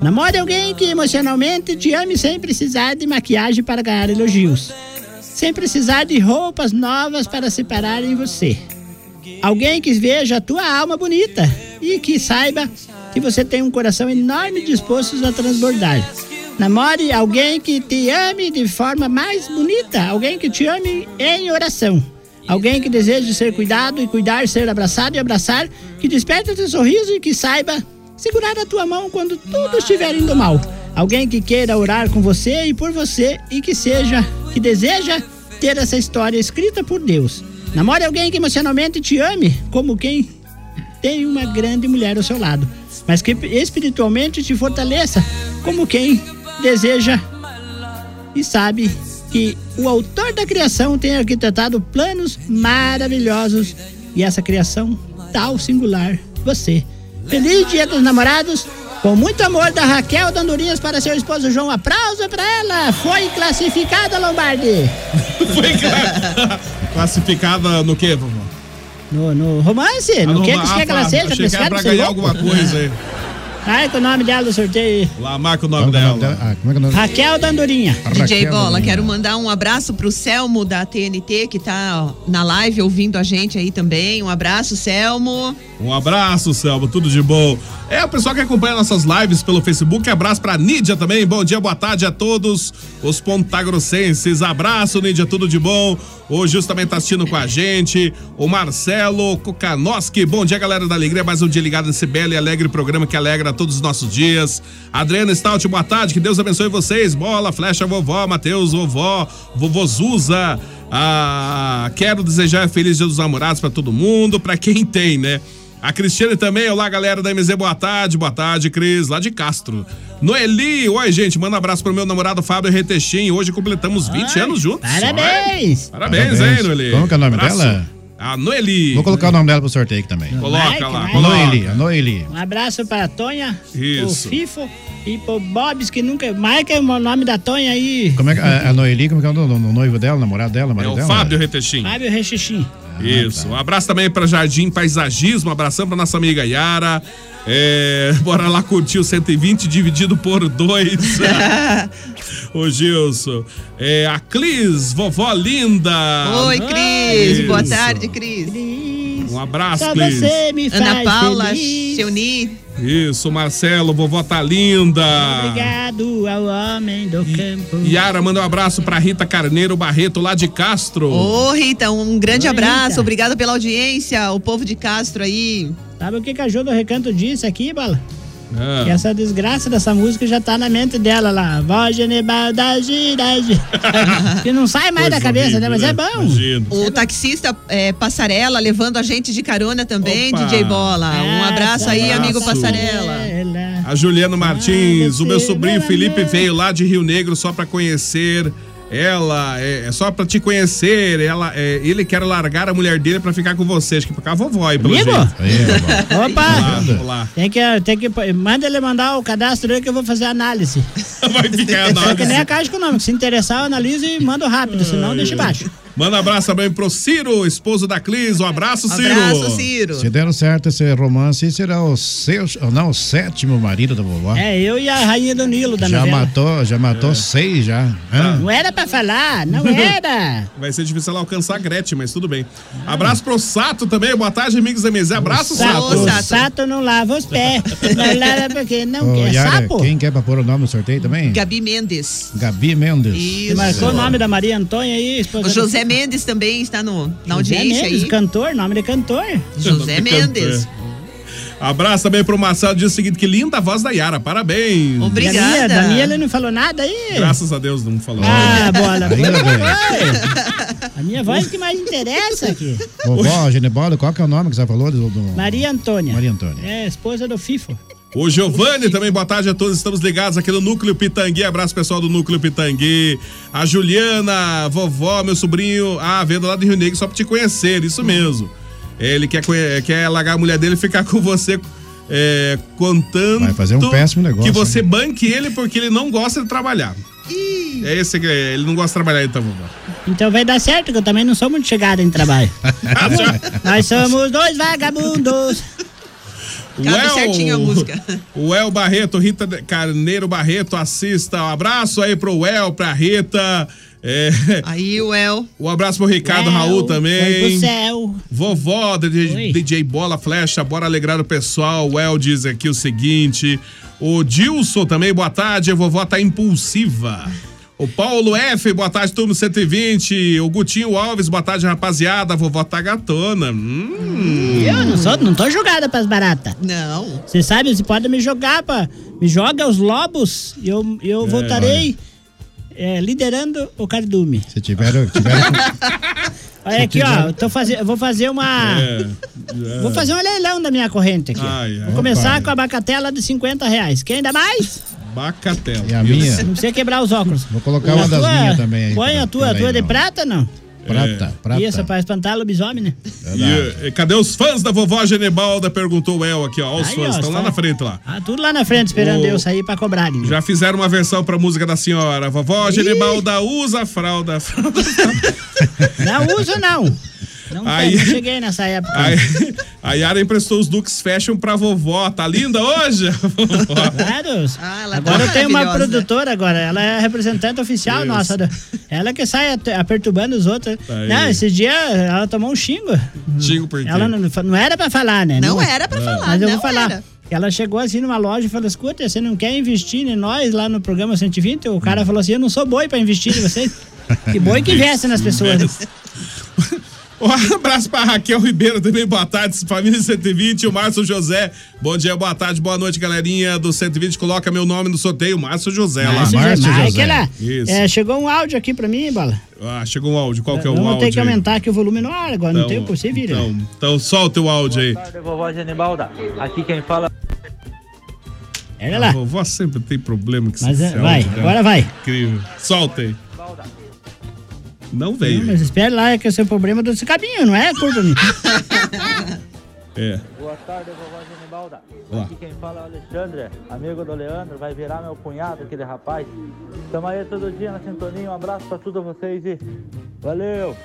Namore alguém que emocionalmente te ame sem precisar de maquiagem para ganhar elogios. Sem precisar de roupas novas para separarem você. Alguém que veja a tua alma bonita e que saiba que você tem um coração enorme disposto a transbordar. Namore alguém que te ame de forma mais bonita, alguém que te ame em oração. Alguém que deseje ser cuidado e cuidar, ser abraçado e abraçar, que desperte teu sorriso e que saiba segurar a tua mão quando tudo estiver indo mal. Alguém que queira orar com você e por você e que seja, que deseja ter essa história escrita por Deus. Namore alguém que emocionalmente te ame, como quem tem uma grande mulher ao seu lado, mas que espiritualmente te fortaleça, como quem deseja e sabe que o autor da criação tem arquitetado planos maravilhosos e essa criação tal singular você. Feliz Dia dos Namorados, com muito amor da Raquel Dandurinhas para seu esposo João. Aplauso para ela! Foi classificada, Lombardi! Foi cla- classificada no quê, vovó? No, no romance? Ah, não no quer roma- que ah, esqueça que ela tá. seja Achei que era pescada, pra você é ganhar louco? alguma coisa aí. Marca o nome dela do sorteio aí. Lá, marca o nome dela. Ah, como é que é o nome? Raquel Dandurinha. DJ Raquel Bola, Dandurinha. quero mandar um abraço pro Selmo da TNT, que tá na live ouvindo a gente aí também. Um abraço, Selmo. Um abraço, Selma, tudo de bom. É, o pessoal que acompanha nossas lives pelo Facebook, abraço pra Nídia também. Bom dia, boa tarde a todos os pontagrossenses. Abraço, Nídia, tudo de bom. O Gilson também tá assistindo com a gente. O Marcelo Kukanoski. Bom dia, galera da Alegria. Mais um dia ligado nesse belo e alegre programa que alegra todos os nossos dias. Adriana Stout, boa tarde. Que Deus abençoe vocês. Bola, flecha, vovó, Matheus, vovó, vovô Zuza. Ah, quero desejar feliz dia dos namorados pra todo mundo, pra quem tem, né? A Cristiane também, olá galera da MZ, boa tarde, boa tarde, Cris, lá de Castro. Noeli, oi gente, manda um abraço pro meu namorado Fábio Retechim, hoje completamos 20 anos juntos. Parabéns! Olha, Parabéns, hein, Noeli? Como que é o nome Abraço. dela? A Noeli. Vou colocar o nome dela pro sorteio aqui também. Coloca Vai, lá. A coloca. Noeli, a Noeli. Um abraço pra Tonha, Isso. pro Fifo e pro Bobs, que nunca. Marca o nome da Tonha aí. Como é que, a, a Noeli, como é que é o no- no- noivo dela, namorado dela, marido É o dela? Fábio Retechim. Fábio Rechixim. Isso. Um abraço também pra Jardim Paisagismo, um abração pra nossa amiga Yara. É, *laughs* bora lá curtir o 120 dividido por *laughs* dois. Ô Gilson. É, a Cris, vovó linda. Ah, Oi, Cris. Boa Isso. tarde, Cris. Um abraço, Cris. Ana Paula, feliz. Cheuni. Isso, Marcelo, vovó tá linda. Ah. Obrigado ao homem do campo. Yara, manda um abraço pra Rita Carneiro Barreto, lá de Castro. Ô, Rita, um grande Oi, abraço. Rita. Obrigada pela audiência, o povo de Castro aí. Sabe o que, que a Jo do Recanto disse aqui, Bala? Ah. Que essa desgraça dessa música já tá na mente dela lá. Voz Genebal da gira, gira. *laughs* Que não sai mais da cabeça, né? Mas é bom. O taxista é, Passarela levando a gente de carona também, Opa. DJ Bola. É, Um abraço aí, amigo Passarela. A Juliana Martins, o meu sobrinho Felipe veio lá de Rio Negro só pra conhecer ela, é, é só pra te conhecer. Ela, é, ele quer largar a mulher dele pra ficar com você, acho que pra cá a vovó aí, pelo Comigo? jeito. Opa! Vamos lá. Tem que, tem que. Manda ele mandar o cadastro aí que eu vou fazer a análise. *laughs* Vai ficar a Só que nem a análise. caixa econômica. Se interessar, eu analiso e mando rápido, senão deixa embaixo. Manda um abraço também pro Ciro, esposo da Clis. Um abraço, Ciro. Se deram certo esse romance, será o seu, não, o sétimo marido da vovó. É, eu e a rainha do Nilo da já novela. matou, já É. matou seis já. Hã? Não era pra *laughs* falar, não era. Tá. Vai ser difícil ela alcançar a Gretchen, mas tudo bem. Abraço pro Sato também. Boa tarde, amigos da mesa. Abraço, Sato. O Sato não lava os pés. Não lava porque não Ô, quer. Yara, Sapo? quem quer pra pôr o nome no sorteio também? Gabi Mendes. Gabi Mendes. Isso. Marcou o nome da Maria Antônia aí, esposa O José Mendes também está no, na José audiência Mendes, aí. cantor, nome de cantor. José Mendes. é. Abraço também pro Marcelo. Diz o seguinte: que linda a voz da Yara. Parabéns. Da minha, da minha ele não falou nada aí. Graças a Deus não falou. Ah, bola. Ainda bem. A minha voz é *laughs* que mais interessa aqui. Vovó, Genebola, qual que é o nome que você falou? Do, do- Maria Antônia. Maria Antônia. É, esposa do FIFO. O Giovanni também, boa tarde a todos. Estamos ligados aqui no Núcleo Pitangui. Abraço pessoal do Núcleo Pitangui. A Juliana, vovó, meu sobrinho. Ah, vendo lá do Rio Negro só pra te conhecer, isso mesmo. Ele quer, conhe- quer largar a mulher dele e ficar *laughs* com você é, contando. Vai fazer um péssimo negócio, Que você banque ele porque ele não gosta de trabalhar. É esse que é, ele não gosta de trabalhar, então, *laughs* vovó. Então vai dar certo, que eu também não sou muito chegada *laughs* em trabalho. Nós somos dois vagabundos. Cabe certinho a *laughs* música. O El Barreto, Rita de- Carneiro Barreto, assista. Um abraço aí pro El, pra Rita. É... Aí, o El. Um abraço pro Ricardo El, Raul também. foi pro céu. Vovó, DJ, DJ Bola Flecha, bora alegrar o pessoal. O El diz aqui o seguinte. O Dilson também, boa tarde. A vovó tá impulsiva. O Paulo F, boa tarde, turno 120. O Gutinho Alves, boa tarde, rapaziada. A vovó tá gatona. Hum. Eu não, sou, não tô jogada pras baratas. Não. Você sabe, você pode me jogar, pá. Me joga os lobos e eu, eu É, voltarei é, liderando o cardume. Se tiveram, tiveram *laughs* Olha aqui, ó. Eu, tô faze- eu vou fazer uma. É, Vou fazer um leilão da minha corrente aqui. Ai, ai. vou começar Rapaz. com a bacatela de R$ 50 reais. Quem dá mais? Bacatela. E a minha? Não precisa quebrar os óculos. Vou colocar uma das minhas também aí. Põe a tua, a tua é de prata, não? É. Prata, prata. Isso, pra espantar lobisomem, né? É. E, eh, cadê os fãs da vovó Genebalda? Perguntou o El aqui, ó. Os Aí, fãs ó, estão lá só- na frente lá. Ah, tudo lá na frente esperando O- eu sair pra cobrar. né? Já fizeram uma versão pra música da senhora. *laughs* Vovó Genebalda usa a fralda. Não uso, não. Não, Aí- não cheguei nessa época. Aí, a Yara emprestou os looks fashion pra vovó. Tá linda hoje? *laughs* A vovó. Vários. ela agora tá eu tenho uma maravilhosa. produtora agora, ela é a representante oficial Isso. nossa. do- Ela que sai at- a- perturbando os outros. Tá aí. Não, esse dia ela tomou um xingo. Digo por quê? Ela não, não era pra falar, né? Não era pra Ah. falar, Mas eu não vou falar. era. Ela chegou assim numa loja e falou: escuta, você não quer investir em nós lá no programa 120? O Hum. cara falou assim: eu não sou boi pra investir em *laughs* vocês. Que boi que investe nas pessoas. né? Um abraço pra Raquel Ribeiro também, boa tarde, família 120, o Márcio José. Bom dia, boa tarde, boa noite, galerinha do 120. Coloca meu nome no sorteio, Márcio José lá. Márcio José. Ah, aquela- Isso. é, chegou um áudio aqui pra mim, Bala. Ah, chegou um áudio, qual que é Eu o vou áudio? ter que aí? aumentar aqui o volume no ar agora, não Então, tem né? o que você vira. Então, então solta o áudio aí. tarde, vovó Genibalda. Aqui quem fala. Olha lá. A vovó sempre tem problema com esse Mas, é, áudio, vai, cara. agora vai. Incrível. Solta aí. Não veio. Não, mas espere lá, é que esse é o problema desse cabinho, não é culpa minha. É. Boa tarde, vovó Genibalda. Olá. Aqui quem fala é o Alexandre, amigo do Leandro, vai virar meu cunhado, aquele rapaz. Tamo aí todo dia na sintonia. Um abraço pra todos vocês e valeu!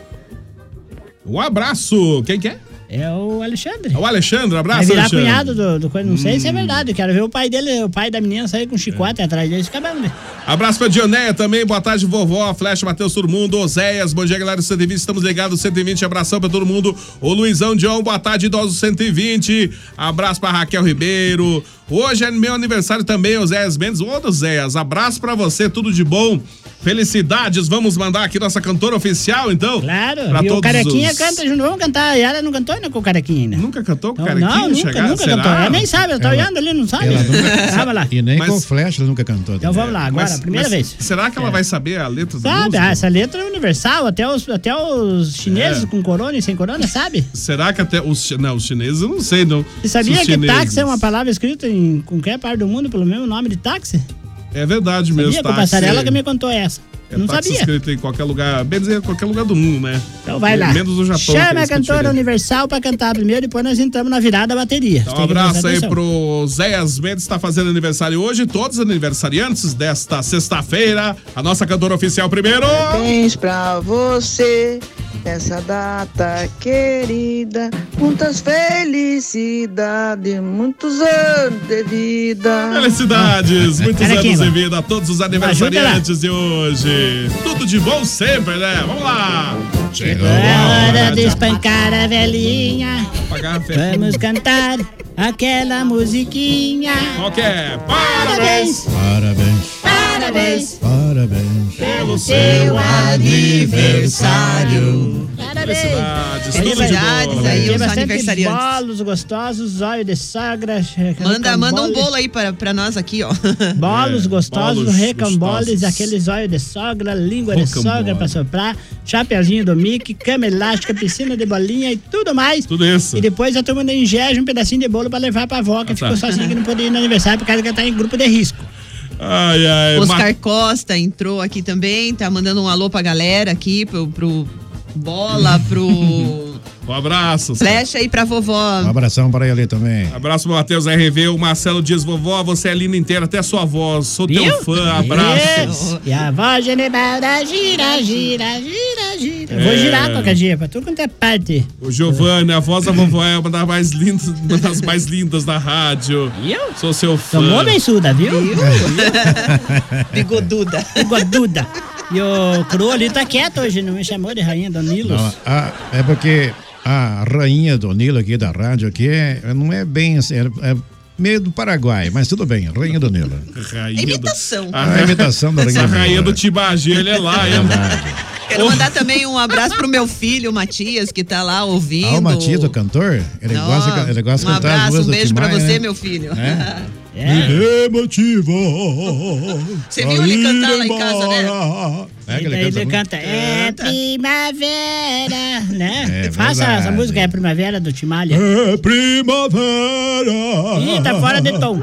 Um abraço. Quem que é? É o Alexandre. o Alexandre, Vai *laughs* abraço, virar Alexandre. Hum. cunhado do, do coisa, não sei se é verdade. Eu quero ver o pai dele, o pai da menina sair com chicote É. atrás dele, é acabando. Abraço pra Dionéia também, boa tarde, vovó, Flash, Matheus, todo mundo, Oséias, bom dia, galera do 120, estamos ligados, 120, abração pra todo mundo, o Luizão Dion, boa tarde, idoso 120, abraço pra Raquel Ribeiro, hoje é meu aniversário também, Oséias Mendes, ô Oséias, abraço pra você, tudo de bom, felicidades, vamos mandar aqui nossa cantora oficial, então, claro, pra e o todos Carequinha os... canta junto. Vamos cantar. A Yara não cantou ainda com o Carequinha ainda. Então, Nunca cantou com o Carequinha, Não, nunca, chegar- nunca será? cantou. Ela nem sabe, ela tá Ela- é olhando ali, não sabe? ela *laughs* nunca- Sabe lá. E nem Mas- com flash ela nunca cantou. Então vamos lá, agora, Mas- primeira mas vez. É. Será que ela vai saber a letra da Sabe, música? ah, essa letra é universal, até os, até os chineses É. com corona e sem corona, sabe? Será que até os, chi- não, os chineses, eu não sei, não. Você sabia Se que os chineses- táxi é uma palavra escrita em qualquer parte do mundo pelo mesmo nome de táxi? É verdade mesmo, Sabia? Com táxi. passarela que me contou essa. é não táxi sabia. escrito em qualquer lugar, bem dizer, qualquer lugar do mundo, né? Então vai lá. Menos no Japão. que é Chama a eles cantora continuam. Universal pra cantar primeiro, depois nós entramos na virada da bateria. Você Então, um tem que abraço prestar aí atenção. pro Zéias Mendes, tá fazendo aniversário hoje. Todos os aniversariantes desta sexta-feira. A nossa cantora oficial primeiro. Parabéns pra você nessa data querida. Muitas felicidades, muitos anos de vida. Felicidades, muitos Cara, aqui, anos de mano. vida a todos os aniversariantes de hoje. Tudo de bom sempre, né? Vamos lá. Chegou É hora de espancar a velhinha. apagar a fé. Vamos cantar aquela musiquinha. Qual que é? Parabéns, Parabéns, parabéns parabéns. pelo seu Um aniversário. Felicidades, tudo de Felicidades bom. aí, Tem os bastante aniversariantes. bolos gostosos, óleo de sogra. Manda, manda um recambole. bolo aí pra, pra nós aqui, *laughs* ó. É, Bolos gostosos, É, bolos recamboles, gostosos. aqueles olhos de sogra, língua de Rocambole. sogra pra soprar, chapeuzinho do Mickey, cama elástica, piscina de bolinha e tudo mais. Tudo isso. E depois a turma ainda ingeja um pedacinho de bolo pra levar pra avó, que ficou tá. sozinha que não podia ir no aniversário por causa que ela tá em grupo de risco. Ai, ai, Oscar Ma- Costa entrou aqui também, tá mandando um alô pra galera aqui, pro, pro Bola, *laughs* pro Um abraço. Flecha e pra vovó. Um abração para ele também. Abraço pro Matheus RV, o Marcelo diz, vovó, você é linda inteira, até sua voz, sou teu Viu? Então, fã, abraço. Yes. E a avó Genebalda gira, gira, gira, gira. Eu Vou É. girar qualquer dia, pra tudo quanto é parte. O Giovanni, a voz da vovó é uma das mais lindas, uma das mais lindas da rádio. Eu? Sou seu fã. Tomou abençuda, viu? *laughs* Bigoduda. Bigoduda. E o Cru ali tá quieto hoje, não me chamou de rainha Donilos. Não, a- é porque a rainha do Nilo aqui da rádio aqui é- não é bem assim, é, é meio do Paraguai, mas tudo bem, rainha do Nilo. Rainha Imitação. Do... É A imitação da rainha Essa do Nilo. rainha do Tibagi, ele é lá, hein? Quero mandar também um abraço pro meu filho, o Matias, que tá lá ouvindo. Ah, o Matias, o cantor, ele Ó, gosta, de ca- ele gosta um de cantar as abraço, duas um beijo do pra Timaya, você, né? meu filho. Né? Me dê motivo. Você É. viu ele cantar lá em casa, né? É que ele Daí canta ele muito. canta, Ah, é tá. primavera, né? É Faça essa verdade. música, é primavera do Timalha. É primavera. Ih, tá fora de tom.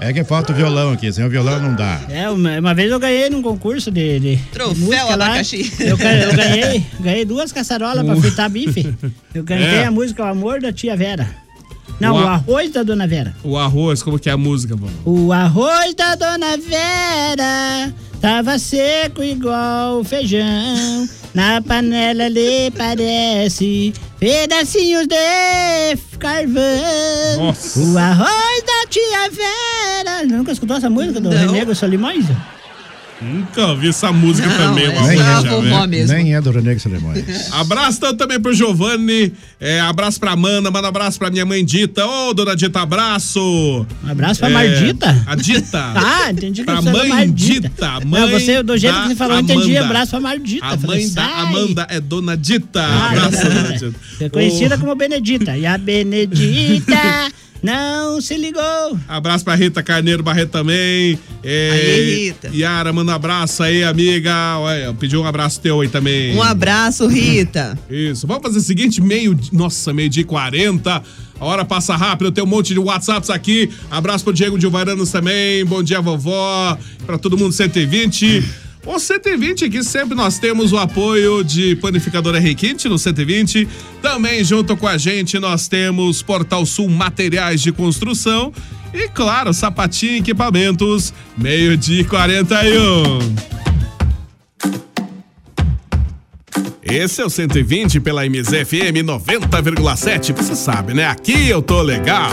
É que falta o violão aqui, sem o violão não dá. É, uma, uma vez eu ganhei num concurso de, de Troféu de música lá. abacaxi. Eu, ga- eu ganhei, ganhei duas caçarolas pra Uh. fritar bife. Eu ganhei É. a música O Amor da Tia Vera. Não, Ua. o arroz da Dona Vera. O arroz, como que é a música, vovó? O arroz da Dona Vera tava seco igual o feijão. Na panela lhe parece pedacinhos de carvão. O arroz da tia Vera. Nunca escutou essa música do Renego Solimões? Nunca ouvi essa música também. uma nem, vez já, né? é, velho. nem é do René Solimões. Abraço tanto também pro Giovanni, é, abraço pra Amanda, manda abraço pra minha mãe Dita. Ô, dona Dita, abraço. É, abraço pra Mardita? A Dita. *laughs* Ah, entendi que Pra você falou mãe Mardita. Dita. Não, Mãe você, do jeito da que você falou, eu entendi. Amanda. Abraço pra Mardita. A Falei, mãe da sai. Ah, Amanda é dona Dita. Abraço, dona Dita. É Oh. Conhecida como Benedita. E a Benedita não se ligou. Abraço pra Rita Carneiro Barreto também. É, Aí, Rita. Yara, manda um abraço aí, amiga. Olha, pediu um abraço teu aí também. Um abraço, Rita. Isso. Vamos fazer o seguinte: meio. Nossa, meio-dia e 40. A hora passa rápido, eu tenho um monte de WhatsApps aqui. Abraço pro Diego de Uvaranos também. Bom dia, vovó. Pra todo mundo, 120. O 120 aqui sempre nós temos o apoio de Panificadora Requinte no 120. Também junto com a gente nós temos Portal Sul Materiais de Construção. E claro, Sapatinho Equipamentos, meio-dia e 41. Esse é o 120 pela MZFM 90,7. Você sabe, né? Aqui eu tô legal.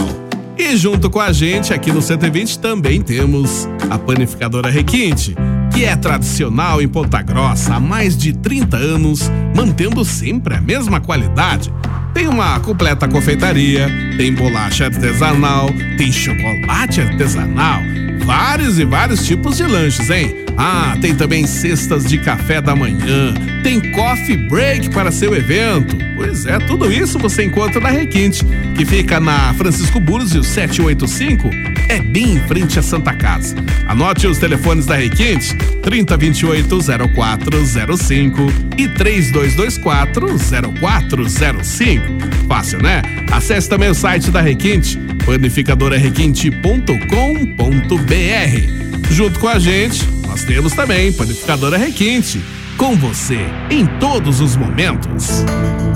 E junto com a gente, aqui no 120, também temos a panificadora Requinte, que é tradicional em Ponta Grossa há mais de 30 anos, mantendo sempre a mesma qualidade. Tem uma completa confeitaria, tem bolacha artesanal, tem chocolate artesanal. Vários e vários tipos de lanches, hein? Ah, tem também cestas de café da manhã, tem coffee break para seu evento. Pois é, tudo isso você encontra na Requinte, que fica na Francisco Búzios 785, é bem em frente à Santa Casa. Anote os telefones da Requinte: 3028-0405 e 3224-0405. Fácil, né? Acesse também o site da Requinte, panificadorarequinte.com.br. Junto com a gente, nós temos também Panificadora Requinte. Com você em todos os momentos.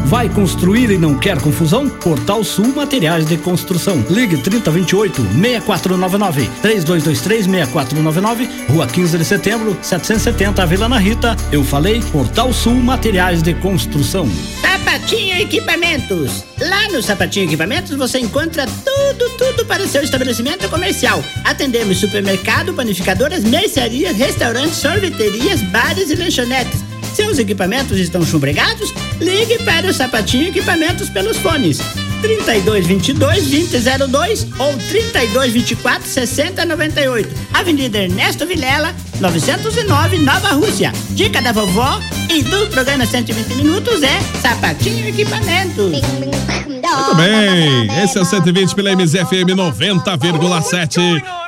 Vai construir e não quer confusão? Portal Sul Materiais um de Construção. Ligue 3028 6499 3223 6499, Rua 15 de Setembro, 770, Vila Ana Rita. Eu falei Portal Sul Materiais de Construção. Sapatinho Equipamentos. Lá no Sapatinho Equipamentos você encontra tudo, tudo para o seu estabelecimento comercial. Atendemos supermercado, panificadoras, mercearias, restaurantes, sorveterias, bares e lanchonetes. Seus equipamentos estão chumbregados? Ligue para o Sapatinho Equipamentos pelos fones 3222 2002 ou 3224 6098. Avenida Ernesto Vilela, 909, Nova Rússia. Dica da vovó e do programa 120 Minutos é Sapatinho Equipamentos. Muito bem, esse é o 120 pela MZFM 90,7.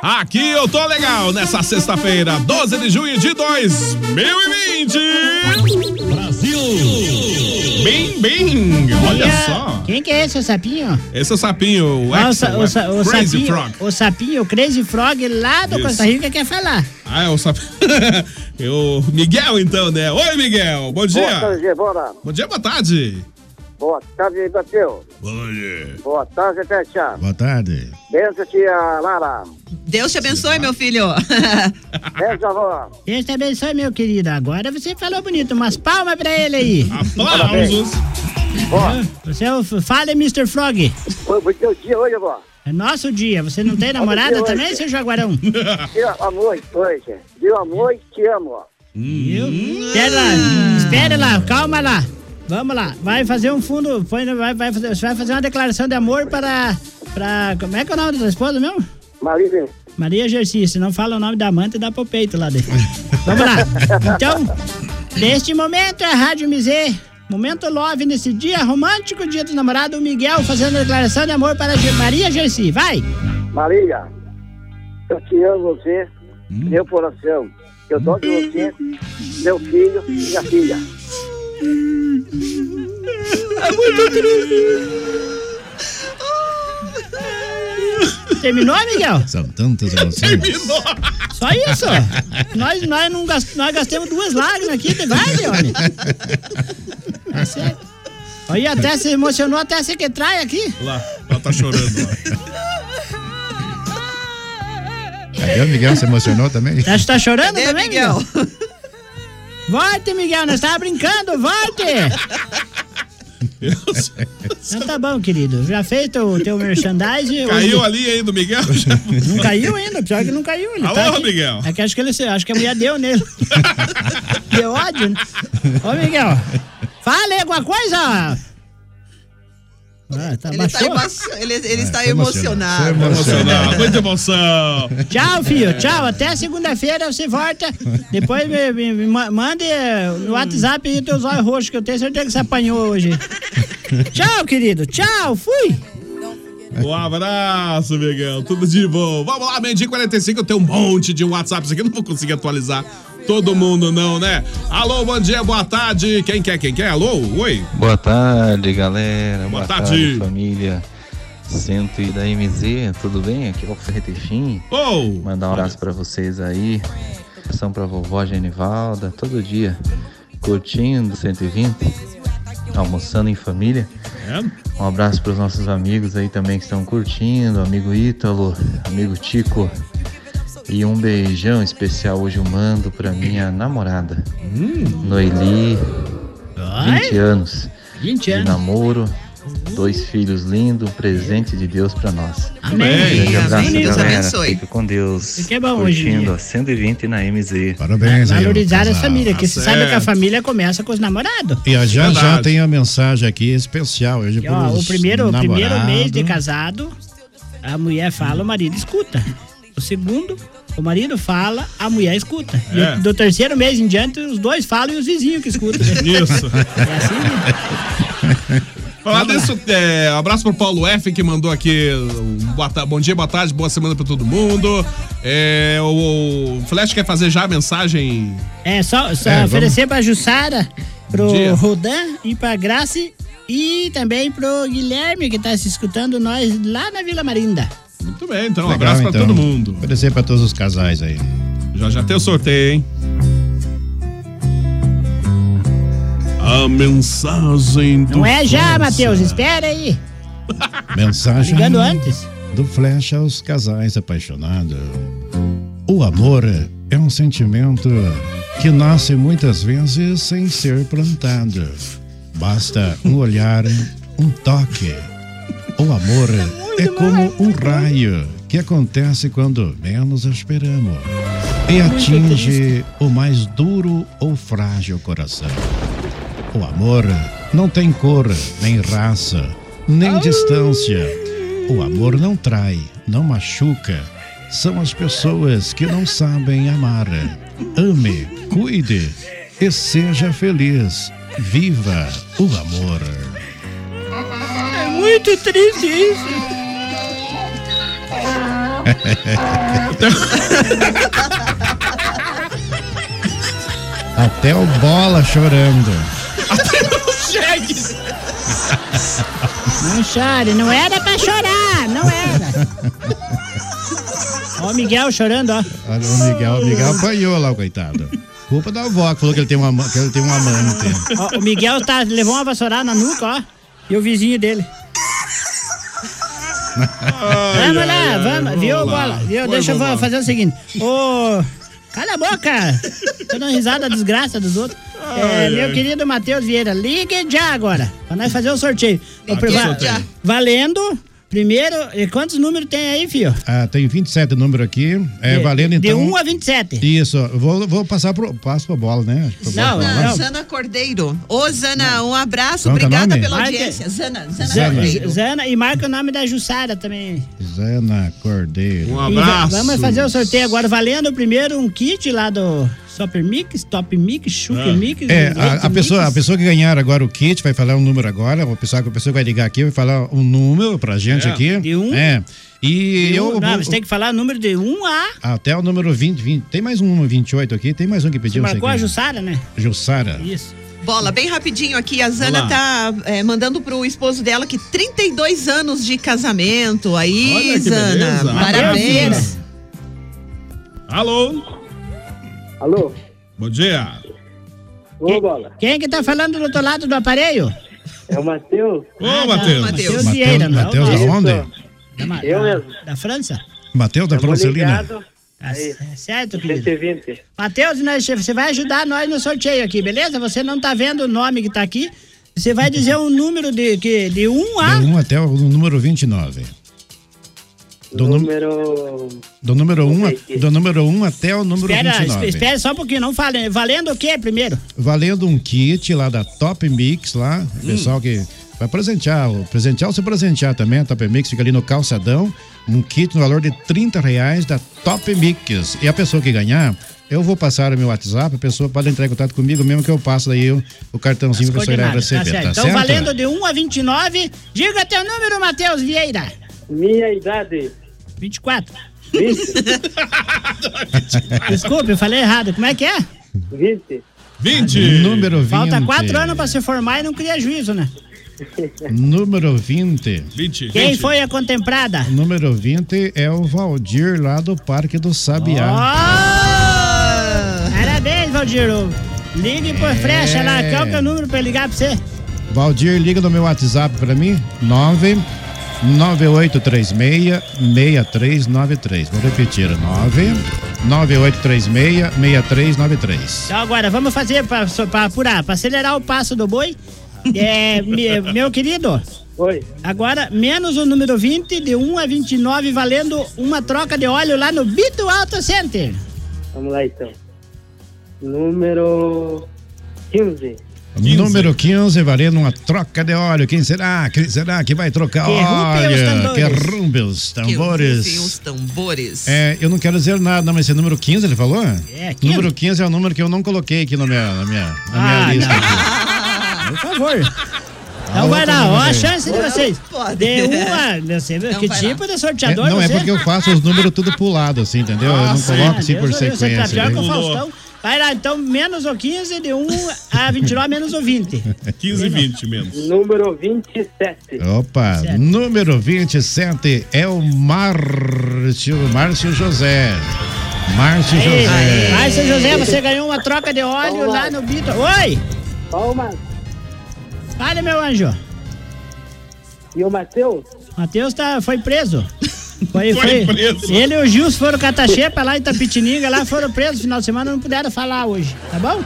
Aqui eu tô legal nessa sexta-feira, 12 de junho de 2020. Brasil! Bem, bem, olha Quem é- só. Quem que é esse, o sapinho? Esse é o sapinho, o Ah, Axel, o, né? sa- o sa- o Crazy sapinho, Frog. o sapinho, o Crazy Frog lá do Isso. Costa Rica quer falar. Ah, é o *laughs* sapinho. o Miguel, então, né? Oi, Miguel, bom Boa dia. tarde, Evora. Bom dia, boa tarde. Boa tarde, Bateu. Bom dia. Boa tarde, Tetia. Boa tarde. Benção, tia é Lara. Deus te abençoe, meu filho. Beijo, avó. Deus te abençoe, meu querido. Agora você falou bonito. Umas palmas pra ele aí. Parabéns. Ah, Você é o f- fala, Mr. Frog. Foi teu dia hoje, avó. É nosso dia. Você não tem namorada Olha que também, hoje. seu Jaguarão? Teu amor hoje. Meu amor e te amo, ó. Espera lá, espera lá, calma lá. Vamos lá, vai fazer um fundo, põe no- vai, vai fazer, você vai fazer uma declaração de amor para, para, como é que é o nome da sua esposa mesmo? Maria. Maria Gersi, se não fala o nome da amante, dá pro peito lá dentro. Vamos lá. Então, neste momento é a Rádio Mizê, momento love nesse dia romântico, dia do namorado, o Miguel fazendo a declaração de amor para Ge- Maria Gersi, vai. Maria, eu te amo você, Hum? meu coração. Eu dou de você, meu filho e minha filha. É muito triste. Terminou, Miguel? São tantas emoções. Só isso? nós, nós, não gast, nós gastamos duas lágrimas aqui, tem mais, Leone. Tá certo. Aí até se emocionou, até se que trai aqui. Lá, ela tá chorando lá. Cadê o Miguel? Você emocionou também? Tá, tá chorando também, Miguel? Volte, Miguel, nós tava brincando, volte! Então tá bom, querido. Já feito o teu merchandising. Caiu hoje- ali ainda o Miguel? *laughs* Não caiu ainda, pior que não caiu. Ele Alô, tá aqui. Miguel. É que acho que ele acho que a mulher *laughs* deu nele. deu ódio, né? Ô, Miguel, fala aí alguma coisa! Ah, tá, Ele, tá baixou? emo- ele, ele está tá emocionado. emocionado. Tá Emocionado, muita emoção. Tchau, filho. Tchau. Até segunda-feira você volta. Depois me, me- me ma- mande eh, no WhatsApp aí teus olhos roxos, que eu tenho certeza que você apanhou hoje. Tchau, querido. Tchau. Fui. Um abraço, Miguel. Tudo de bom. Vamos lá, meio-dia e 45. Eu tenho um monte de WhatsApps aqui. *laughs* eu Não vou conseguir atualizar todo mundo, não, né? Alô, bom dia, boa tarde. Quem quer, quem quer? Alô, oi. Boa tarde, galera. Boa, tarde. tarde. família. Centro e da MZ, tudo bem? Aqui é o Ferretechim. Mandar um abraço pra vocês aí. São pra vovó Genivalda, todo dia. Curtindo 120, almoçando em família. Um abraço pros nossos amigos aí também que estão curtindo, amigo Ítalo, amigo Tico. E um beijão especial hoje eu mando pra minha namorada, Hum. Noeli, 20 anos. 20 De anos. namoro, dois filhos lindos, um presente de Deus pra nós. Amém. Um grande abraço, Amém. Deus galera. abençoe. Fica com Deus. Fique bom hoje, Curtindo a 120 na MZ. Parabéns, aí, Valorizar ó, a casal. família, que Tá você sabe que a certo. família começa com os namorados. E ó, já já Verdade. tem a mensagem aqui especial hoje E, ó, pros o primeiro, o namorados. primeiro mês de casado, a mulher fala, o marido escuta. O segundo, o marido fala, a mulher escuta. E É. o- do terceiro mês em diante, os dois falam e os vizinhos que escutam. né? *laughs* Isso. É assim, né? Falar disso, é, abraço pro Paulo F, que mandou aqui um boa ta- bom dia, boa tarde, boa semana pra todo mundo. É, o, o Flash quer fazer já a mensagem. É, só, só É, vamos. oferecer pra Jussara, pro Bom dia. Rodan e pra Grace e também pro Guilherme, que tá se escutando nós lá na Vila Marinda. Muito bem, então. um Legal, abraço pra então. todo mundo. Agradecer pra todos os casais aí. Já já tem o sorteio, hein? A mensagem do. Não é já, Flecha. Matheus, *laughs* espera aí. Mensagem. Ligando antes. Do Flash aos casais apaixonados. O amor é um sentimento que nasce muitas vezes sem ser plantado. Basta um olhar, um toque. O amor é como um raio que acontece quando menos esperamos e Muito atinge o mais duro ou frágil coração. O amor não tem cor, nem raça, nem distância. O amor não trai, não machuca. São as pessoas que não sabem amar. Ame, cuide e seja feliz. Viva o amor. *laughs* É muito triste isso. Até o bola chorando. *laughs* Não chore, não era pra chorar, *laughs* não era. Ó, o Miguel chorando, ó. Olha, o Miguel, o Miguel apanhou lá, o coitado. Culpa da avó que falou que ele tem, uma, ama- que ele tem um amante. Ó, o Miguel tá, levou uma vassourada na nuca, ó. E o vizinho dele. vamos lá, ai, vamos. vamos lá. viu, bola? Viu? Foi, Deixa eu vamos lá. fazer o seguinte. Ô. Cala a boca! Tô dando risada da desgraça dos outros. É, Ai, meu ai. querido Matheus Vieira, ligue já agora. Pra nós fazer o sorteio. Ô, Aqui, va- sorteio. Valendo. Primeiro, e quantos números tem aí, filho? Ah, tem 27 número aqui. É, De- valendo de então. um a 27. Isso, eu vou, vou passar pro. Passo pra bola, né? Tá Pra bola, pra bola. Zana, Zana Cordeiro. Ô, Zana, um abraço. Como que é o Obrigada nome? pela Marque- audiência. Zana, Zana, Zana. Cordeiro. Zana, e marca o nome da Jussara também. Zana Cordeiro. Um E va- é, Vamos fazer o sorteio agora, valendo primeiro um kit lá do Super Mix, Top Mix, Super Mix. É, Great a, a Mix. pessoa, a pessoa que ganhar agora o kit vai falar um número agora. O pessoal, a pessoa que vai ligar aqui vai falar um número pra gente É, aqui. de um- É. E De um- eu. não, vou- você tem que falar o número de 1 a. Ah. Até o número 20, 20. Tem mais um 28 aqui? Tem mais um que Você pediu? marcou a aqui. Jussara, né? Jussara. Isso. Bola, bem rapidinho aqui, a Zana Olá. tá eh, mandando pro esposo dela que 32 anos de casamento. Aí, Olha que Zana, beleza. parabéns. Alô? Alô? Bom dia. Ô, Bola. Quem que tá falando do outro lado do aparelho? É o Matheus. Ah, Ô, Matheus. Matheus Vieira, não é o Matheus da nosso. onde? Da, ma- Eu da- mesmo. Da França? Matheus da né? Francelina. Tá c- certo, querido. né, 120. Matheus, nós- você vai ajudar nós no sorteio aqui, beleza? Você não tá vendo o nome que tá aqui. Você vai dizer um número de, que, de 1 a. Do 1 até o número 29. Do, nu- Número. do número 1 sei a- do número 1 até o número é Espera, 29. espera só um pouquinho, não fale. Valendo o quê primeiro? Valendo um kit lá da Top Mix lá, o pessoal que vai presentear, o presentear ou se presentear também, a Top Mix fica ali no calçadão, um kit no valor de 30 reais da Top Mix. E a pessoa que ganhar, eu vou passar o meu WhatsApp, a pessoa pode entrar em contato comigo mesmo que eu passo daí o, o cartãozinho que a pessoa irá Coordenada, receber, tá certo? Então, valendo de 1 a 29, diga teu número, Matheus Vieira. Minha idade. 24. Desculpe, eu falei errado. Como é que é? *laughs* 20. 20. Número 20. Falta 4 anos pra se formar e não cria juízo, né? Número 20. 20. Quem foi a contemplada? Número 20 é o Valdir lá do Parque do Sabiá. Parabéns, Valdiro. Ligue por frecha lá. Qual que é o número pra eu ligar pra você? Valdir, liga no meu WhatsApp pra mim. 9 9836-6393. Vou repetir. 9 9836-6393. Então agora, vamos fazer pra, pra apurar, pra acelerar o passo do boi. É, me- meu querido. Oi. Agora, menos o número 20, de 1 a 29, valendo uma troca de óleo lá no Bito Auto Center. Vamos lá então. Número 15. Número 15, valendo uma troca de óleo. Quem será? Quem será que vai trocar Que rumpe os óleo? Que tambores. rumbe os Que os tambores. tambores. É, eu não quero dizer nada, não, mas esse número 15, ele falou? É, 15. Número 15 é o número que eu não coloquei aqui na minha, na minha, na minha Ah, lista. não. Por favor. Ah, Então vai tá lá, ó a chance de Não vocês. pode. De uma, não sei, que tipo de É, sorteador não, você? é porque eu faço os números tudo pulado, assim, entendeu? Ah, eu não coloco assim por Você sequência. tá pior que o né? *laughs* Faustão. Vai lá, então, menos o 15, de 1 a 29, menos o 20. 15 e 20 mesmo. Número 27. Opa, número 27 é o Márcio, Márcio José. Márcio José. Aí, seu José, você ganhou uma troca de óleo Palmas. lá no Bito. Oi! Palmas. Fale, meu anjo. E o Matheus? Matheus tá, foi preso. Foi, Foi foi, preso. Ele e o Gils foram catar xepa lá em Tapitininga, lá foram presos no final de semana, não puderam falar hoje, tá bom?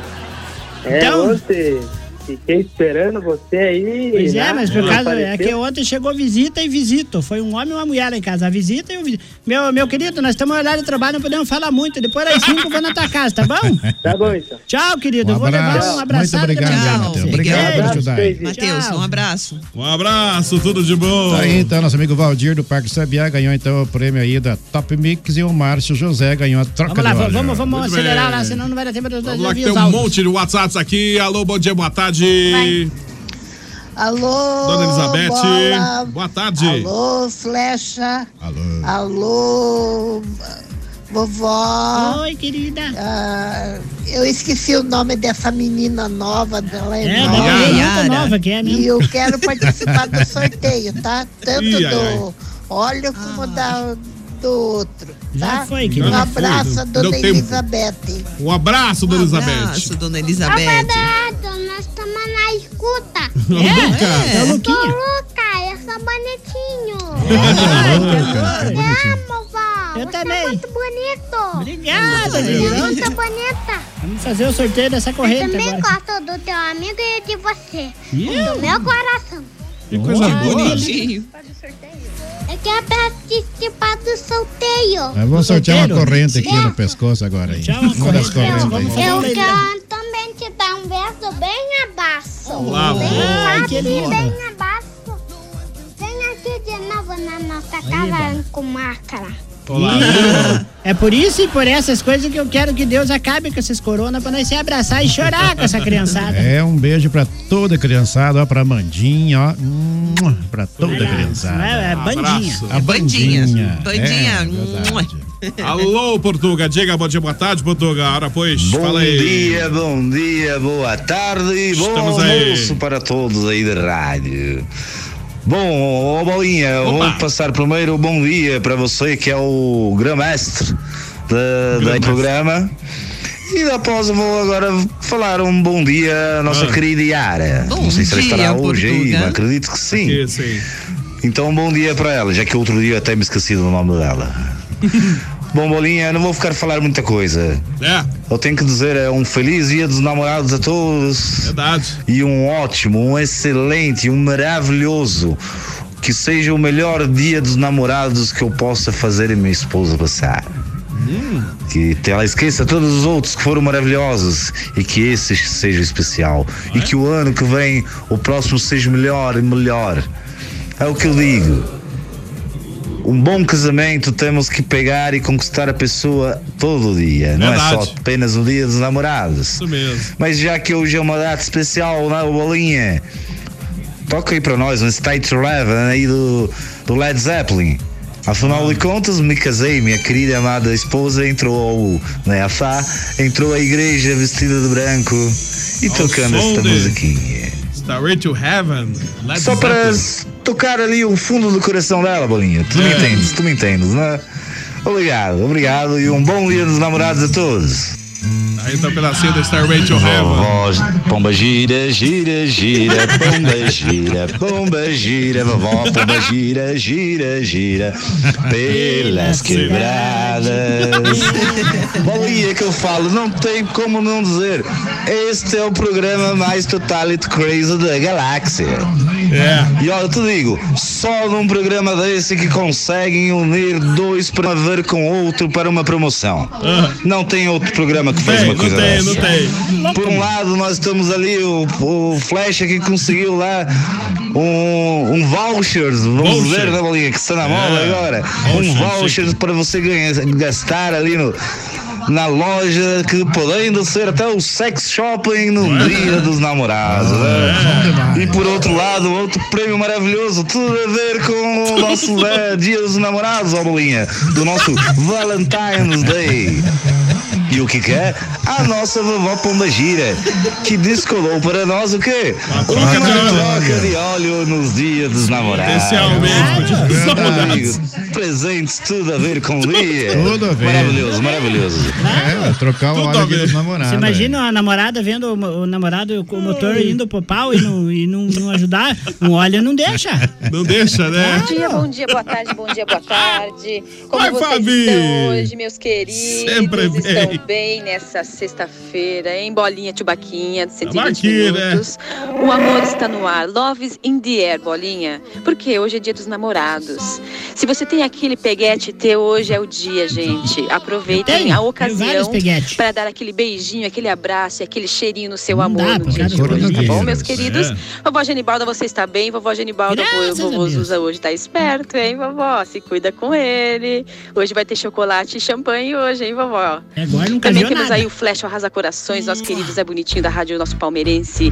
É, Então- ontem fiquei esperando você aí. Pois é, né? mas por Não causa é apareceu. que ontem chegou visita e visito. Foi um homem e uma mulher lá em casa. A visita e o visito. Meu, meu querido, nós estamos no horário de trabalho, não podemos falar muito. Depois das 5 eu vou na tua casa, tá bom? *laughs* Tá bom, então. Tchau, querido. Um vou levar abraço. um abraçado. Muito obrigado, também. Matheus. Obrigado por ajudar aí. Matheus, um abraço. Um abraço, tudo de bom. Tá aí então, nosso amigo Valdir do Parque Sabiá ganhou então o prêmio aí da Top Mix e o Márcio José ganhou a troca Vamos lá, de óleo. vamos, vamos, vamos Muito acelerar bem. lá, senão não vai dar tempo de Vamos lá Tá que tem ouvir os um áudios. monte de WhatsApps aqui. Alô, bom dia, boa tarde. Alô, Dona Elizabeth. Bola. Boa tarde. Alô, Flecha. Alô. Alô, vovó. Ah, Oi, querida. eu esqueci o nome dessa menina nova dela. É, É, nova. daqui a pouco nova que é, né? E eu quero participar do sorteio, tá? Tanto Ih, ai, do óleo como da, do outro. Tá? Já foi, querida. Um Já foi, abraço, deu- a dona deu tempo. Elizabeth. Um abraço, dona Elizabeth. Um abraço, dona Abadado, nós estamos na escuta. Ô, É? Luca. Tá É o Eu Luquinha. sou Luca, eu sou bonitinho. Amo, vó. Eu Você também. é muito bonito. Obrigada, Você é querida. muito bonita. Vamos fazer o sorteio dessa eu corrente também agora. gosto do teu amigo e de você. Ih. Do meu coração. Que coisa Olha, boa. bonitinho. Eu quero participar do sorteio. Nós vamos sortear uma corrente aqui né? no pescoço agora aí. Sortear Uma uma das corrente. correntes aí. Eu quero também te dar um beijo bem abaixo. Olá, bem vó. Ai, que aqui, linda. bem abaixo. Vem aqui de novo na nossa casa com máscara. Ih, É por isso e por essas coisas que eu quero que Deus acabe com esses corona pra nós se abraçar e chorar com essa criançada. É, um beijo pra toda criançada, ó, pra Mandinha, ó, mua, pra toda criançada. é, é bandinha. A bandinha. é. Alô, Portuga. Diga bom dia, boa tarde, Portuga. Ora, pois, Bom fala aí. dia, bom dia, boa tarde e bom Estamos aí. almoço para todos aí da rádio. Bom, ô Bolinha, vou passar primeiro o bom dia para você que é o grão-mestre da, da programa. E após eu vou agora falar um bom dia à nossa Ah. querida Yara. Bom Não sei se ela dia, estará hoje aí, Portuga. mas acredito que sim. *laughs* Então, um bom dia para ela, já que outro dia até me esqueci do nome dela. Bom, Bolinha, eu não vou ficar falar muita coisa. É. Eu tenho que dizer, é um feliz dia dos namorados a todos. Verdade. E um ótimo, um excelente, um maravilhoso. Que seja o melhor dia dos namorados que eu possa fazer e minha esposa passar. Que te- ela esqueça todos os outros que foram maravilhosos e que esse seja especial. E que o ano que vem, o próximo, seja melhor e melhor. É o que eu digo. Um bom casamento temos que pegar e conquistar a pessoa todo dia, não é só Verdade. apenas no dia dos namorados. Isso mesmo. Mas já que hoje é uma data especial, né, o Bolinha? Toca aí pra nós um State Eleven aí do, do Led Zeppelin. Afinal de contas, me casei, minha querida e amada esposa entrou ao, né, a Fá, entrou à igreja vestida de branco e Ao tocando som esta de musiquinha. Starway to Heaven. Led Só para Zeppelin. s- tocar ali o fundo do coração dela, Bolinha. Tu me É. entendes, tu me entendes, né? Obrigado, obrigado e um bom dia dos namorados a todos. Aí tá um pedacinho do Starway to Vovó, pomba gira, gira, gira, pomba gira, pomba gira, vovó, pomba gira, gira, gira, pelas quebradas. Bolinha que eu falo, não tem como não dizer. Este é o programa mais totality crazy da galáxia. É. E olha, eu te digo, só num programa desse que conseguem unir dois para ver com outro para uma promoção. Não tem outro programa que faz uma coisa tem, dessa. não tem. Por um lado, nós estamos ali, o, o Flecha que conseguiu lá um, um voucher, vamos Voucher. ver, né, Bolinha, que está na moda É. agora. um Voucher, voucher para você ganhar, gastar ali no, na loja, que podendo ser até o sex shopping no dia dos namorados. né? E por outro lado, outro prêmio maravilhoso, tudo a ver com o *laughs* nosso né, dia dos namorados, ó, Bolinha, do nosso Valentine's Day. E o que que é? A nossa vovó Pomba Gira, que descolou para nós o quê? Uma troca de óleo nos dias dos namorados. Especialmente Ah, dos meu namorados. amigo, Presentes, tudo a ver com o dia. Tudo a ver. Maravilhoso, maravilhoso. É, trocar o óleo dos namorados. Você imagina a namorada vendo o, mo- o namorado com o motor indo pro pau e não, e não, não ajudar? Um óleo não deixa. Não deixa, né? Bom dia, bom dia, boa tarde, bom dia, boa tarde. Como Vai, vocês Fabi! estão hoje, meus queridos? Sempre bem. Estão bem nessa sexta-feira, em bolinha Tubaquinha, de 120 Tabaquinha, né? minutos. O amor está no ar. Loves in the air, bolinha. Porque hoje é dia dos namorados. Se você tem aquele peguete teu, hoje é o dia, gente. Aproveitem Tem, a tem vários ocasião peguete. para dar aquele beijinho, aquele abraço e aquele cheirinho no seu Não amor dá, no dia pelo de amor de hoje, tá bom, Deus. meus queridos? É. Vovó Genibalda, você está bem? Vovó Genibalda, Graças o vovô a Deus. Zuza hoje tá esperto, hein, vovó? Se cuida com ele. Hoje vai ter chocolate e champanhe hoje, hein, vovó? É, Agora nunca Também viu temos nada. aí o Flash Arrasa Corações, nosso querido Zé Bonitinho da Rádio Nosso Palmeirense.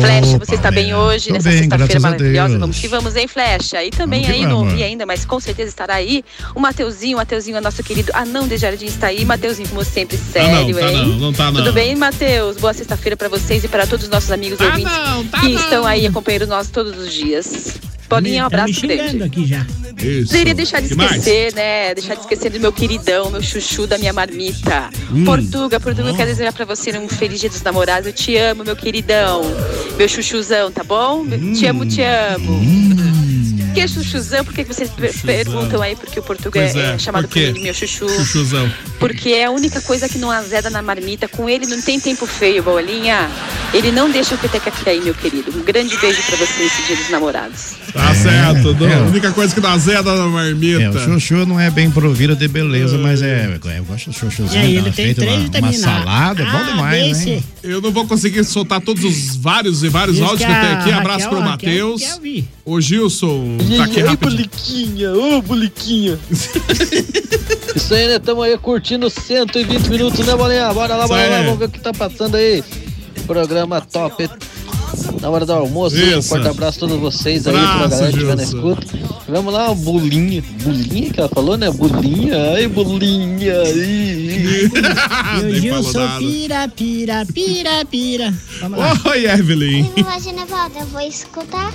Flash, você está bem hoje, Tô nessa bem, sexta-feira graças a maravilhosa? Deus. Vamos que vamos, hein, Flash? E também Vamos que aí, não vamos. ouvi ainda, mas com certeza estará aí. O Mateuzinho, o Mateuzinho é nosso querido anão de Jardim, está aí. Mateuzinho, como sempre, sério, não, tá hein? não, não tá não. Tudo bem, Matheus? Boa sexta-feira para vocês e para todos os nossos amigos Tá ouvintes não, tá que não. estão aí acompanhando nós todos os dias. Bolinha, um Tá me abraço grande. xingando aqui já. Poderia deixar de Que mais? esquecer, né? Deixar de esquecer do meu queridão, meu chuchu da minha marmita. Hum. Portuga, Portuga, eu quero desejar pra você um feliz dia dos namorados. Eu te amo, meu queridão. Meu chuchuzão, tá bom? Te amo, te amo. Que é chuchuzão? Por que que vocês per- perguntam aí porque o Portuga Pois é, é, chamado por quê? por mim de meu chuchu? Chuchuzão. Porque é a única coisa que não azeda na marmita. Com ele não tem tempo feio, bolinha. Ele não deixa o peteca cair, meu querido. Um grande beijo pra você nesse dia dos namorados. Tá certo. não- é. A única coisa que dá zeda na marmita. É, o chuchu não é bem provido de beleza, mas é. Eu gosto do E chuchuzinho. aí, ele tá tem feito três uma, uma vitaminas. salada, Ah, é bom demais, né? Eu não vou conseguir soltar todos os vários e vários Diz áudios que, que tem a aqui. Abraço Raquel- pro Raquel Matheus. quer O Gilson tá aqui rapidinho. Buliquinha, ô Buliquinha. *laughs* Isso aí, né? Tamo aí curtindo 120 minutos, né, Bolinha? Bora lá, bora Isso lá, aí. vamos ver o que tá passando aí. Programa top. Na hora do almoço, um Isso. forte abraço a todos vocês aí, pra Abraço, galera que estiver na Gilson. escuta. Vamos lá, o Bolinha. Bolinha que ela falou, né? Bolinha, ai, Bolinha, *laughs* ai. Eu Gilson, pira, pira, pira, pira. Vamos lá. Oi, Evelyn. Vovó Genevalda, eu vou escutar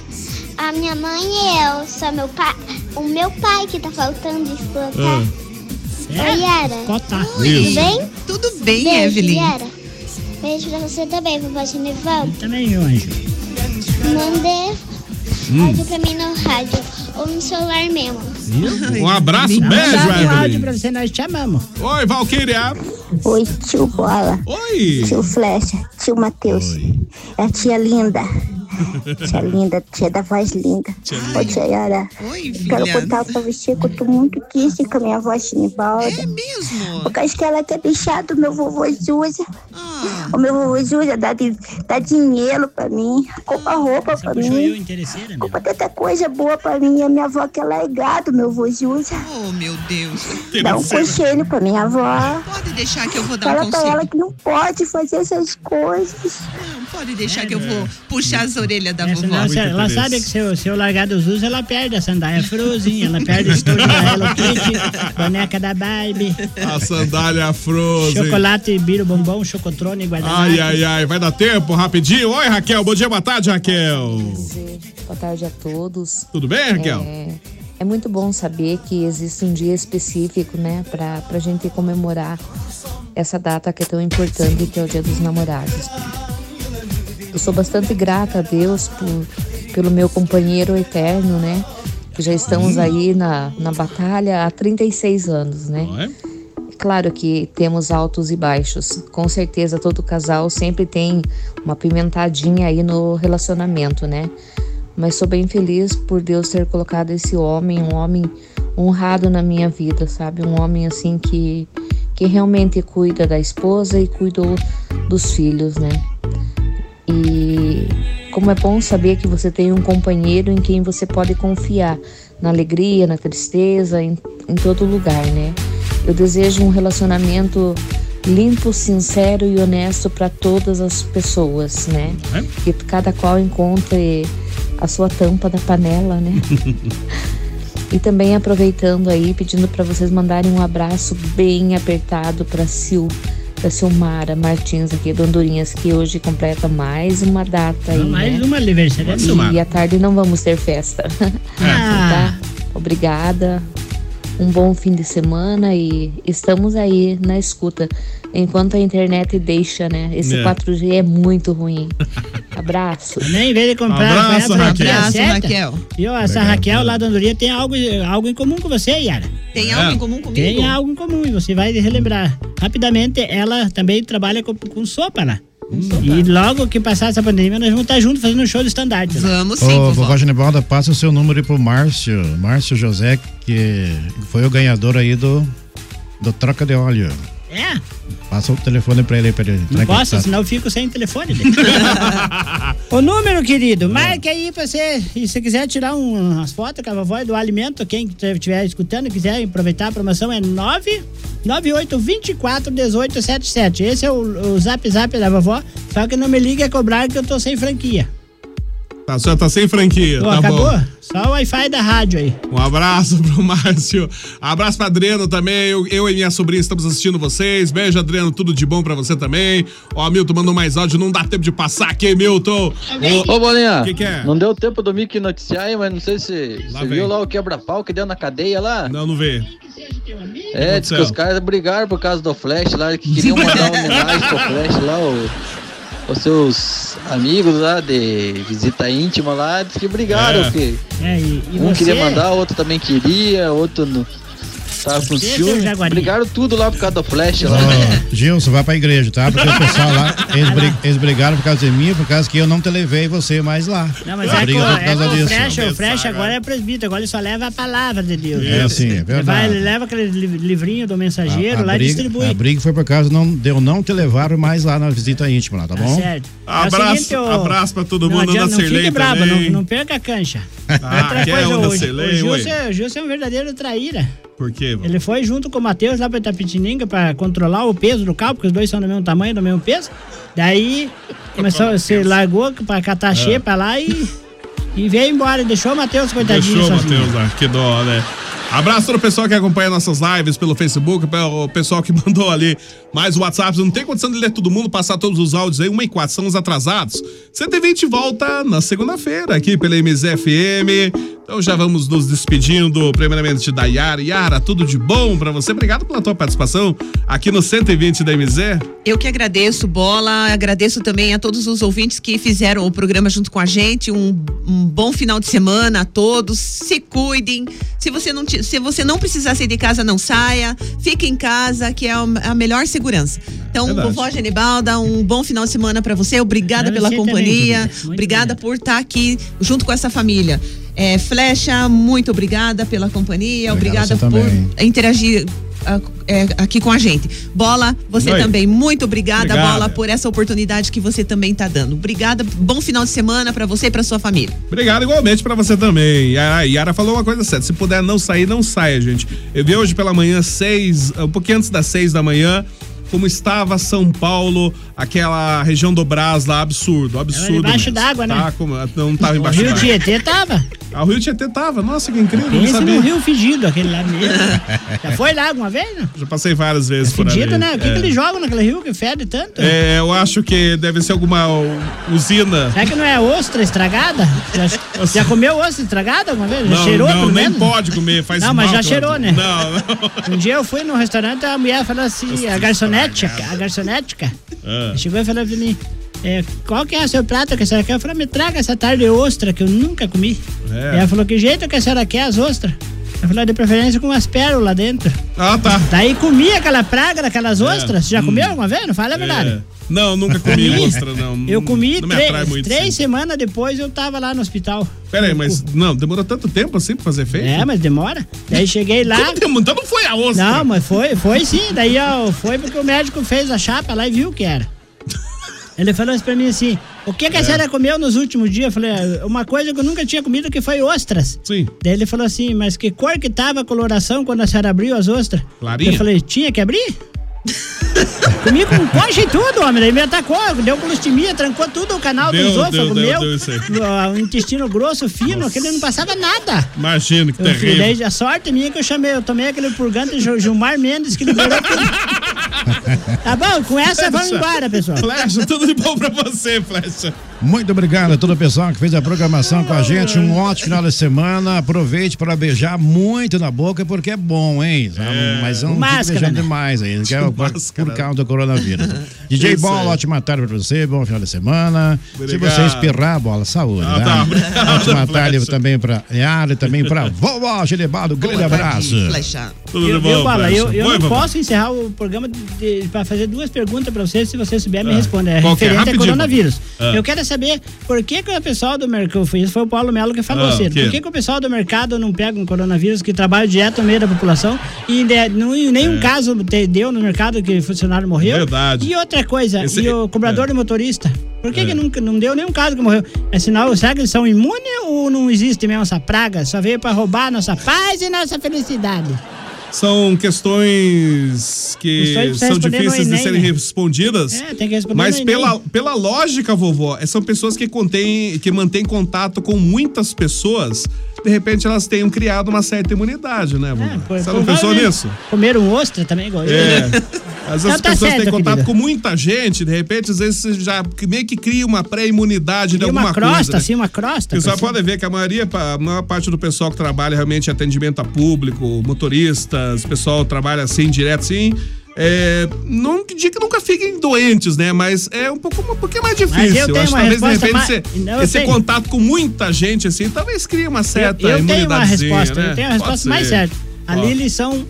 a minha mãe e eu, só meu pai, o meu pai que tá faltando escutar. Ah. Ah, É. Oi, Yara. Tudo Isso. bem? Tudo bem, Beijo, Evelyn. Yara. Beijo pra você também, vovó Genevalda. Também, meu anjo. Hum. Mandei áudio pra mim no rádio. ou no celular mesmo. Um abraço, Manda beijo, um áudio Evelyn. pra você, nós te amamos. Oi, Valquíria. Oi, tio Bola. Oi. Tio Flecha, tio Matheus. É a tia linda. *laughs* Tia linda, tia da voz linda. Oi, tia Yara. Oi, Quero filha. contar pra você que eu tô muito triste com a minha voz sinibalda. É mesmo? Por causa que ela quer deixar do meu vovô Júlia. Ah. O meu vovô Júlia dá, di- dá dinheiro pra mim, Ah, compra roupa pra mim, Interesseira, compra tanta coisa boa pra mim. E a minha avó quer largar do meu vovô Júlia. Oh, meu Deus. Dá um conselho pra minha avó. Pode deixar que eu vou dar Fala um pra conselho. ela que não pode fazer essas coisas. Não, Pode deixar que eu vou puxar as orelhas da vovó. Ah, Ela, sa- ela sabe que se eu, se eu largar dos usos, ela perde a sandália Frozen, ela perde o estojo da Hello Kitty, boneca da Barbie, A sandália Frozen. chocolate, biro bombom, chocotrone, guardanapo. Ai, ai, ai, vai dar tempo rapidinho. Oi, Raquel. Bom dia, boa tarde, Raquel. Boa tarde a todos. Tudo bem, Raquel? É, é muito bom saber que existe um dia específico, né, pra, pra gente comemorar essa data que é tão importante, que é o Dia dos Namorados. Eu sou bastante grata a Deus por, pelo meu companheiro eterno, né, que já estamos Uhum. aí na, na batalha há 36 anos, né. é? Claro que temos altos e baixos. Com certeza todo casal sempre tem uma pimentadinha aí no relacionamento, né? Mas sou bem feliz por Deus ter colocado esse homem, um homem honrado na minha vida, sabe? Um homem assim que que realmente cuida da esposa e cuidou dos filhos, né? E como é bom saber que você tem um companheiro em quem você pode confiar na alegria, na tristeza, em, em todo lugar, né? Eu desejo um relacionamento limpo, sincero e honesto para todas as pessoas, né? Que cada qual encontre a sua tampa da panela, né? E também aproveitando aí, pedindo para vocês mandarem um abraço bem apertado para Sil, para Silmara Martins aqui do Andorinhas, que hoje completa mais uma data aí, Mais né? uma é aniversariante. E à tarde não vamos ter festa. *laughs* Então, Ah. Tá? Obrigada. Um bom fim de semana e estamos aí na escuta. Enquanto a internet deixa, né? Esse É. 4G é muito *laughs* ruim. Abraço. Nem veio comprar. é Abraço, vai Raquel. atrás da Abraço, certa. Raquel. E ó, essa Obrigado. Raquel lá da Andorinha tem algo, algo em comum com você, Yara. Tem algo É. em comum comigo? Tem algo em comum e você vai relembrar. Rapidamente, ela também trabalha com, com sopa lá. E logo que passar essa pandemia, nós vamos estar juntos fazendo um show de stand-up. Vamos Ô, vovó Genibalda, passa o seu número aí pro Márcio. Márcio José, que foi o ganhador aí do, do Troca de Óleo. É? Passa o telefone pra ele aí, pra ele. entrar Não em posso, contato. senão eu fico sem telefone. né? o número, querido, Hum. marque aí pra você. E se quiser tirar um- umas fotos com a vovó e do alimento, quem estiver escutando e quiser aproveitar a promoção é 998-24-1877. Esse é o, o zap zap da vovó. Só que não me liga a cobrar que eu tô sem franquia. Tá, a senhora tá sem franquia, Pô, tá acabou? bom. Só o Wi-Fi da rádio aí. Um abraço *laughs* pro Márcio. Abraço pra Adriano também. Eu, eu e minha sobrinha estamos assistindo vocês. Beijo, Adriano. Tudo de bom pra você também. Ó, Milton mandou mais áudio. Não dá tempo de passar aqui, Milton. Ô, Bolinha, O que, que é? não deu tempo do Mickey noticiar, hein, mas não sei se Lá você vem. viu lá o quebra-pau que deu na cadeia lá. Não, não vê. É, diz que Aconteceu. os caras brigaram por causa do Flash lá, que queriam mandar uma homenagem pro Flash lá, o- os seus amigos lá de visita íntima lá, diz que brigaram, É. que É, e, e um você? queria mandar, outro também queria, outro não. Tava com Esse é o ciúme. Jaguarinha. Brigaram tudo lá por causa do Flash lá. Gilson, vai pra igreja, tá? Porque o pessoal lá, eles, bri- eles brigaram por causa de mim, por causa que eu não te levei você mais lá. Não, mas é que, Briga o- por é causa que o disso. Frecha, o Frecha agora é presbítero, agora ele só leva a palavra de Deus. Tá, É, sim, é Ele, vai, verdade. ele leva aquele li- livrinho do mensageiro a lá e briga- distribui. A briga foi por causa não, de eu não te levar mais lá na visita íntima, lá, tá Tá bom? certo. Abraço- abraço pra todo mundo, adianta- Ana não Cirlei fique brava, também. não, não perca a cancha. Ah, que é Coisa, onda o, o, Celei, Gilson, ué. é- o Gilson é um verdadeiro traíra. Por quê? vô? Ele foi junto com o Matheus lá pra Itapetininga pra controlar o peso do carro, porque os dois são do mesmo tamanho, do mesmo peso. Daí começou, se largou pra É. catar xepa lá e, e veio embora. Deixou o Matheus, coitadinho, Deixou, sozinho. Matheus, lá. que dó, né? Abraço para o pessoal que acompanha nossas lives pelo Facebook, o pessoal que *laughs* mandou ali mais WhatsApp. Não tem condição de ler todo mundo, passar todos os áudios aí, uma e quatro, estamos atrasados. 120 volta na segunda-feira aqui pela MZFM. Então já vamos nos despedindo, primeiramente da Yara. Yara, tudo de bom pra você. Obrigado pela tua participação aqui no 120 da MZ. Eu que agradeço, Bola. Agradeço também a todos os ouvintes que fizeram o programa junto com a gente. Um, um bom final de semana a todos. Se cuidem. Se você não, ti- se você não precisar sair de casa, não saia. Fique em casa, que é a, a melhor segurança. Então, Verdade. vovó Genibalda, um bom final de semana para você. Obrigada Pra pela você companhia. também. Muito obrigada por estar aqui junto com essa família. É, Flecha, muito obrigada pela companhia. Obrigado Obrigada por você também. interagir ah, é, aqui com a gente. Bola, você Oi. também. Muito obrigada, Obrigada. Bola, por essa oportunidade que você também está dando. Obrigada. Bom final de semana para você e para sua família. Obrigado igualmente pra você também. E A Yara falou uma coisa certa. Se puder não sair, não saia, gente. Eu vi hoje pela manhã, seis, um pouquinho antes das seis da manhã, como estava São Paulo, aquela região do Brás lá, absurdo, absurdo. é debaixo mesmo. d'água, né? Tá, como, não tava O embaixo Rio d'água. Tietê tava. Ah, o Rio Tietê tava. Nossa, que incrível. não Esse sabia. no Rio Fingido, aquele lá mesmo. Já foi lá alguma vez, né? *laughs* Já passei várias vezes É. por ali. Fingido, né? O que, é. que eles jogam naquele rio que fede tanto? É, eu acho que deve ser alguma uh, usina. Será que não é ostra estragada? *laughs* Já, já comeu ostra estragada alguma vez? É, Já Não, cheirou, não, pelo nem menos? pode comer, faz Não, mas mal já pra- cheirou, né? Não, *laughs* não. Um dia eu fui num restaurante, a mulher falou assim, a garçonética, a garçonética, Ah. chegou e falou pra mim, é, qual que é o seu prato que a senhora quer? Eu falei, me traga essa tarde ostra que eu nunca comi. É. Ela falou, que jeito que a senhora quer as ostras? Ela falou, de preferência com umas pérolas dentro. Ah, tá. Daí comi aquela praga daquelas É. ostras. Já Hum. comeu alguma vez? Não fala a verdade. É. Não, nunca comi Comi? ostra, não. Eu comi não me atrai três, muito. três semanas depois eu tava lá no hospital. Peraí, mas não, demorou tanto tempo assim pra fazer efeito? É, mas demora. Daí cheguei lá. Como demorou? Então não foi a ostra. Não, mas foi, foi sim. Daí ó, foi porque o médico fez a chapa lá e viu o que era. Ele falou isso pra mim assim: o que, que a É. senhora comeu nos últimos dias? Eu falei, "Ah, uma coisa que eu nunca tinha comido que foi ostras. Sim. Daí ele falou assim, mas que cor que tava a coloração quando a senhora abriu as ostras? Clarinha? Eu falei, tinha que abrir? Comi com coxa e tudo, homem. Daí me atacou, deu colostimia, trancou tudo o canal Deu, dos deu, ossos, deu, comeu. deu isso aí. O ah, intestino grosso, fino, aquele não passava nada. Imagino que Eu fui, terrível. daí, um a sorte minha é que eu chamei, eu tomei aquele purgante de Gil- Gilmar Mendes que liberou *laughs* tudo. Tá bom, com essa vamos embora, pessoal. Flecha, tudo de *laughs* bom pra você, Flecha. Muito obrigado a todo o pessoal que fez a programação com a gente. Um ótimo final de semana. Aproveite para beijar muito na boca, porque é bom, hein? É. Mas não fica Máscara, beijando né? demais aí, *laughs* que é por, por causa do coronavírus. DJ Isso Bola, aí. ótima tarde para você, bom final de semana. Obrigado. Se você espirrar, Bola, saúde. Ah, tá? tá. *laughs* Obrigado, ótima tarde Flecha. também para Yara e também para vovó Gilebado. Grande abraço. Tudo eu, de bom, eu, Bala, eu, eu Oi, não Vavá. posso encerrar o programa de- pra fazer duas perguntas pra você, se você souber, me Ah, responda. É qual que é? referente ao Rapidinho. coronavírus. Ah. Eu quero saber por que, que o pessoal do mercado. Isso foi o Paulo Melo que falou Ah, cedo. que- Por que, que o pessoal do mercado não pega um coronavírus que trabalha direto no meio da população e de- não, em nenhum É. caso te- deu no mercado que funcionário morreu? Verdade. E outra coisa, Esse- e o cobrador É. de motorista? Por que, que nunca, não deu nenhum caso que morreu? É sinal, será que eles são imunes ou não existe mesmo essa praga? Só veio pra roubar a nossa paz e nossa felicidade. São questões que Isso aí precisa são responder no difíceis de Enem, serem né? respondidas. É, tem que responder Mas no pela, Enem. pela lógica, vovó, eh, são pessoas que contêm, que mantêm contato com muitas pessoas. De repente elas tenham criado uma certa imunidade, né, vovó? Você não pensou É, Provavelmente nisso? Comeram ostra também, igual eu. *laughs* É. Às vezes Então as tá pessoas certo, têm contato querida. com muita gente, de repente, às vezes você já meio que cria uma pré-imunidade de Cria uma alguma coisa. crosta, né? assim, uma crosta. Você só parece. pode ver que a maioria, a maior parte do pessoal que trabalha realmente em atendimento a público, motoristas, pessoal trabalha assim, direto assim. É, não digo que nunca fiquem doentes, né? Mas é um pouco um pouquinho mais difícil. Mas eu tenho acho uma talvez, de resposta repente, mais- você- Não, eu esse tenho. contato com muita gente, assim, talvez crie uma certa eu tenho uma imunidadezinha, resposta, né? eu tenho a Pode resposta mais ser. certa. Ali Ó. eles são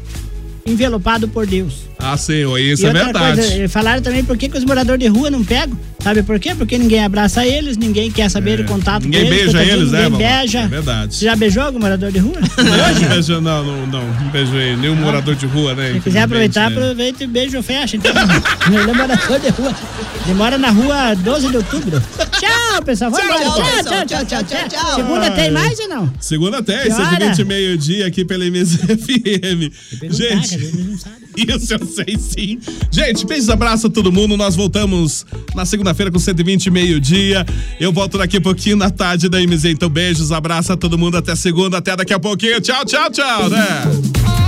envelopados por Deus. Ah, sim, ó, isso E é outra verdade. coisa, eh, falaram também por que, que os moradores de rua não pegam. Sabe por quê? Porque ninguém abraça eles, ninguém quer saber do contato É. Ninguém com eles. beija portanto, eles, né? Ninguém Vavá? beija. É verdade. Você já beijou algum morador *laughs* de rua? Não, beijo, não, não, não, não beijei nenhum morador de rua, né? Se quiser aproveitar, infelizmente, né? aproveita e beijo ou fecha. Então, *laughs* ele é morador de rua. Ele mora na rua 12 de *laughs* outubro. Tchau, pessoal. Vamos Tchau, embora. pessoal. Tchau, tchau, tchau, tchau, tchau. Segunda tem mais ou não? Segunda Que até, é hora? 120 meio-dia aqui pela MZFM. Gente, isso eu sei sim. Gente, beijos, abraço a todo mundo. Nós voltamos na segunda-feira com 120 meio-dia. Eu volto daqui a pouquinho na tarde da MZ. Então, beijos, abraço a todo mundo. Até segunda, até daqui a pouquinho. Tchau, tchau, tchau, né?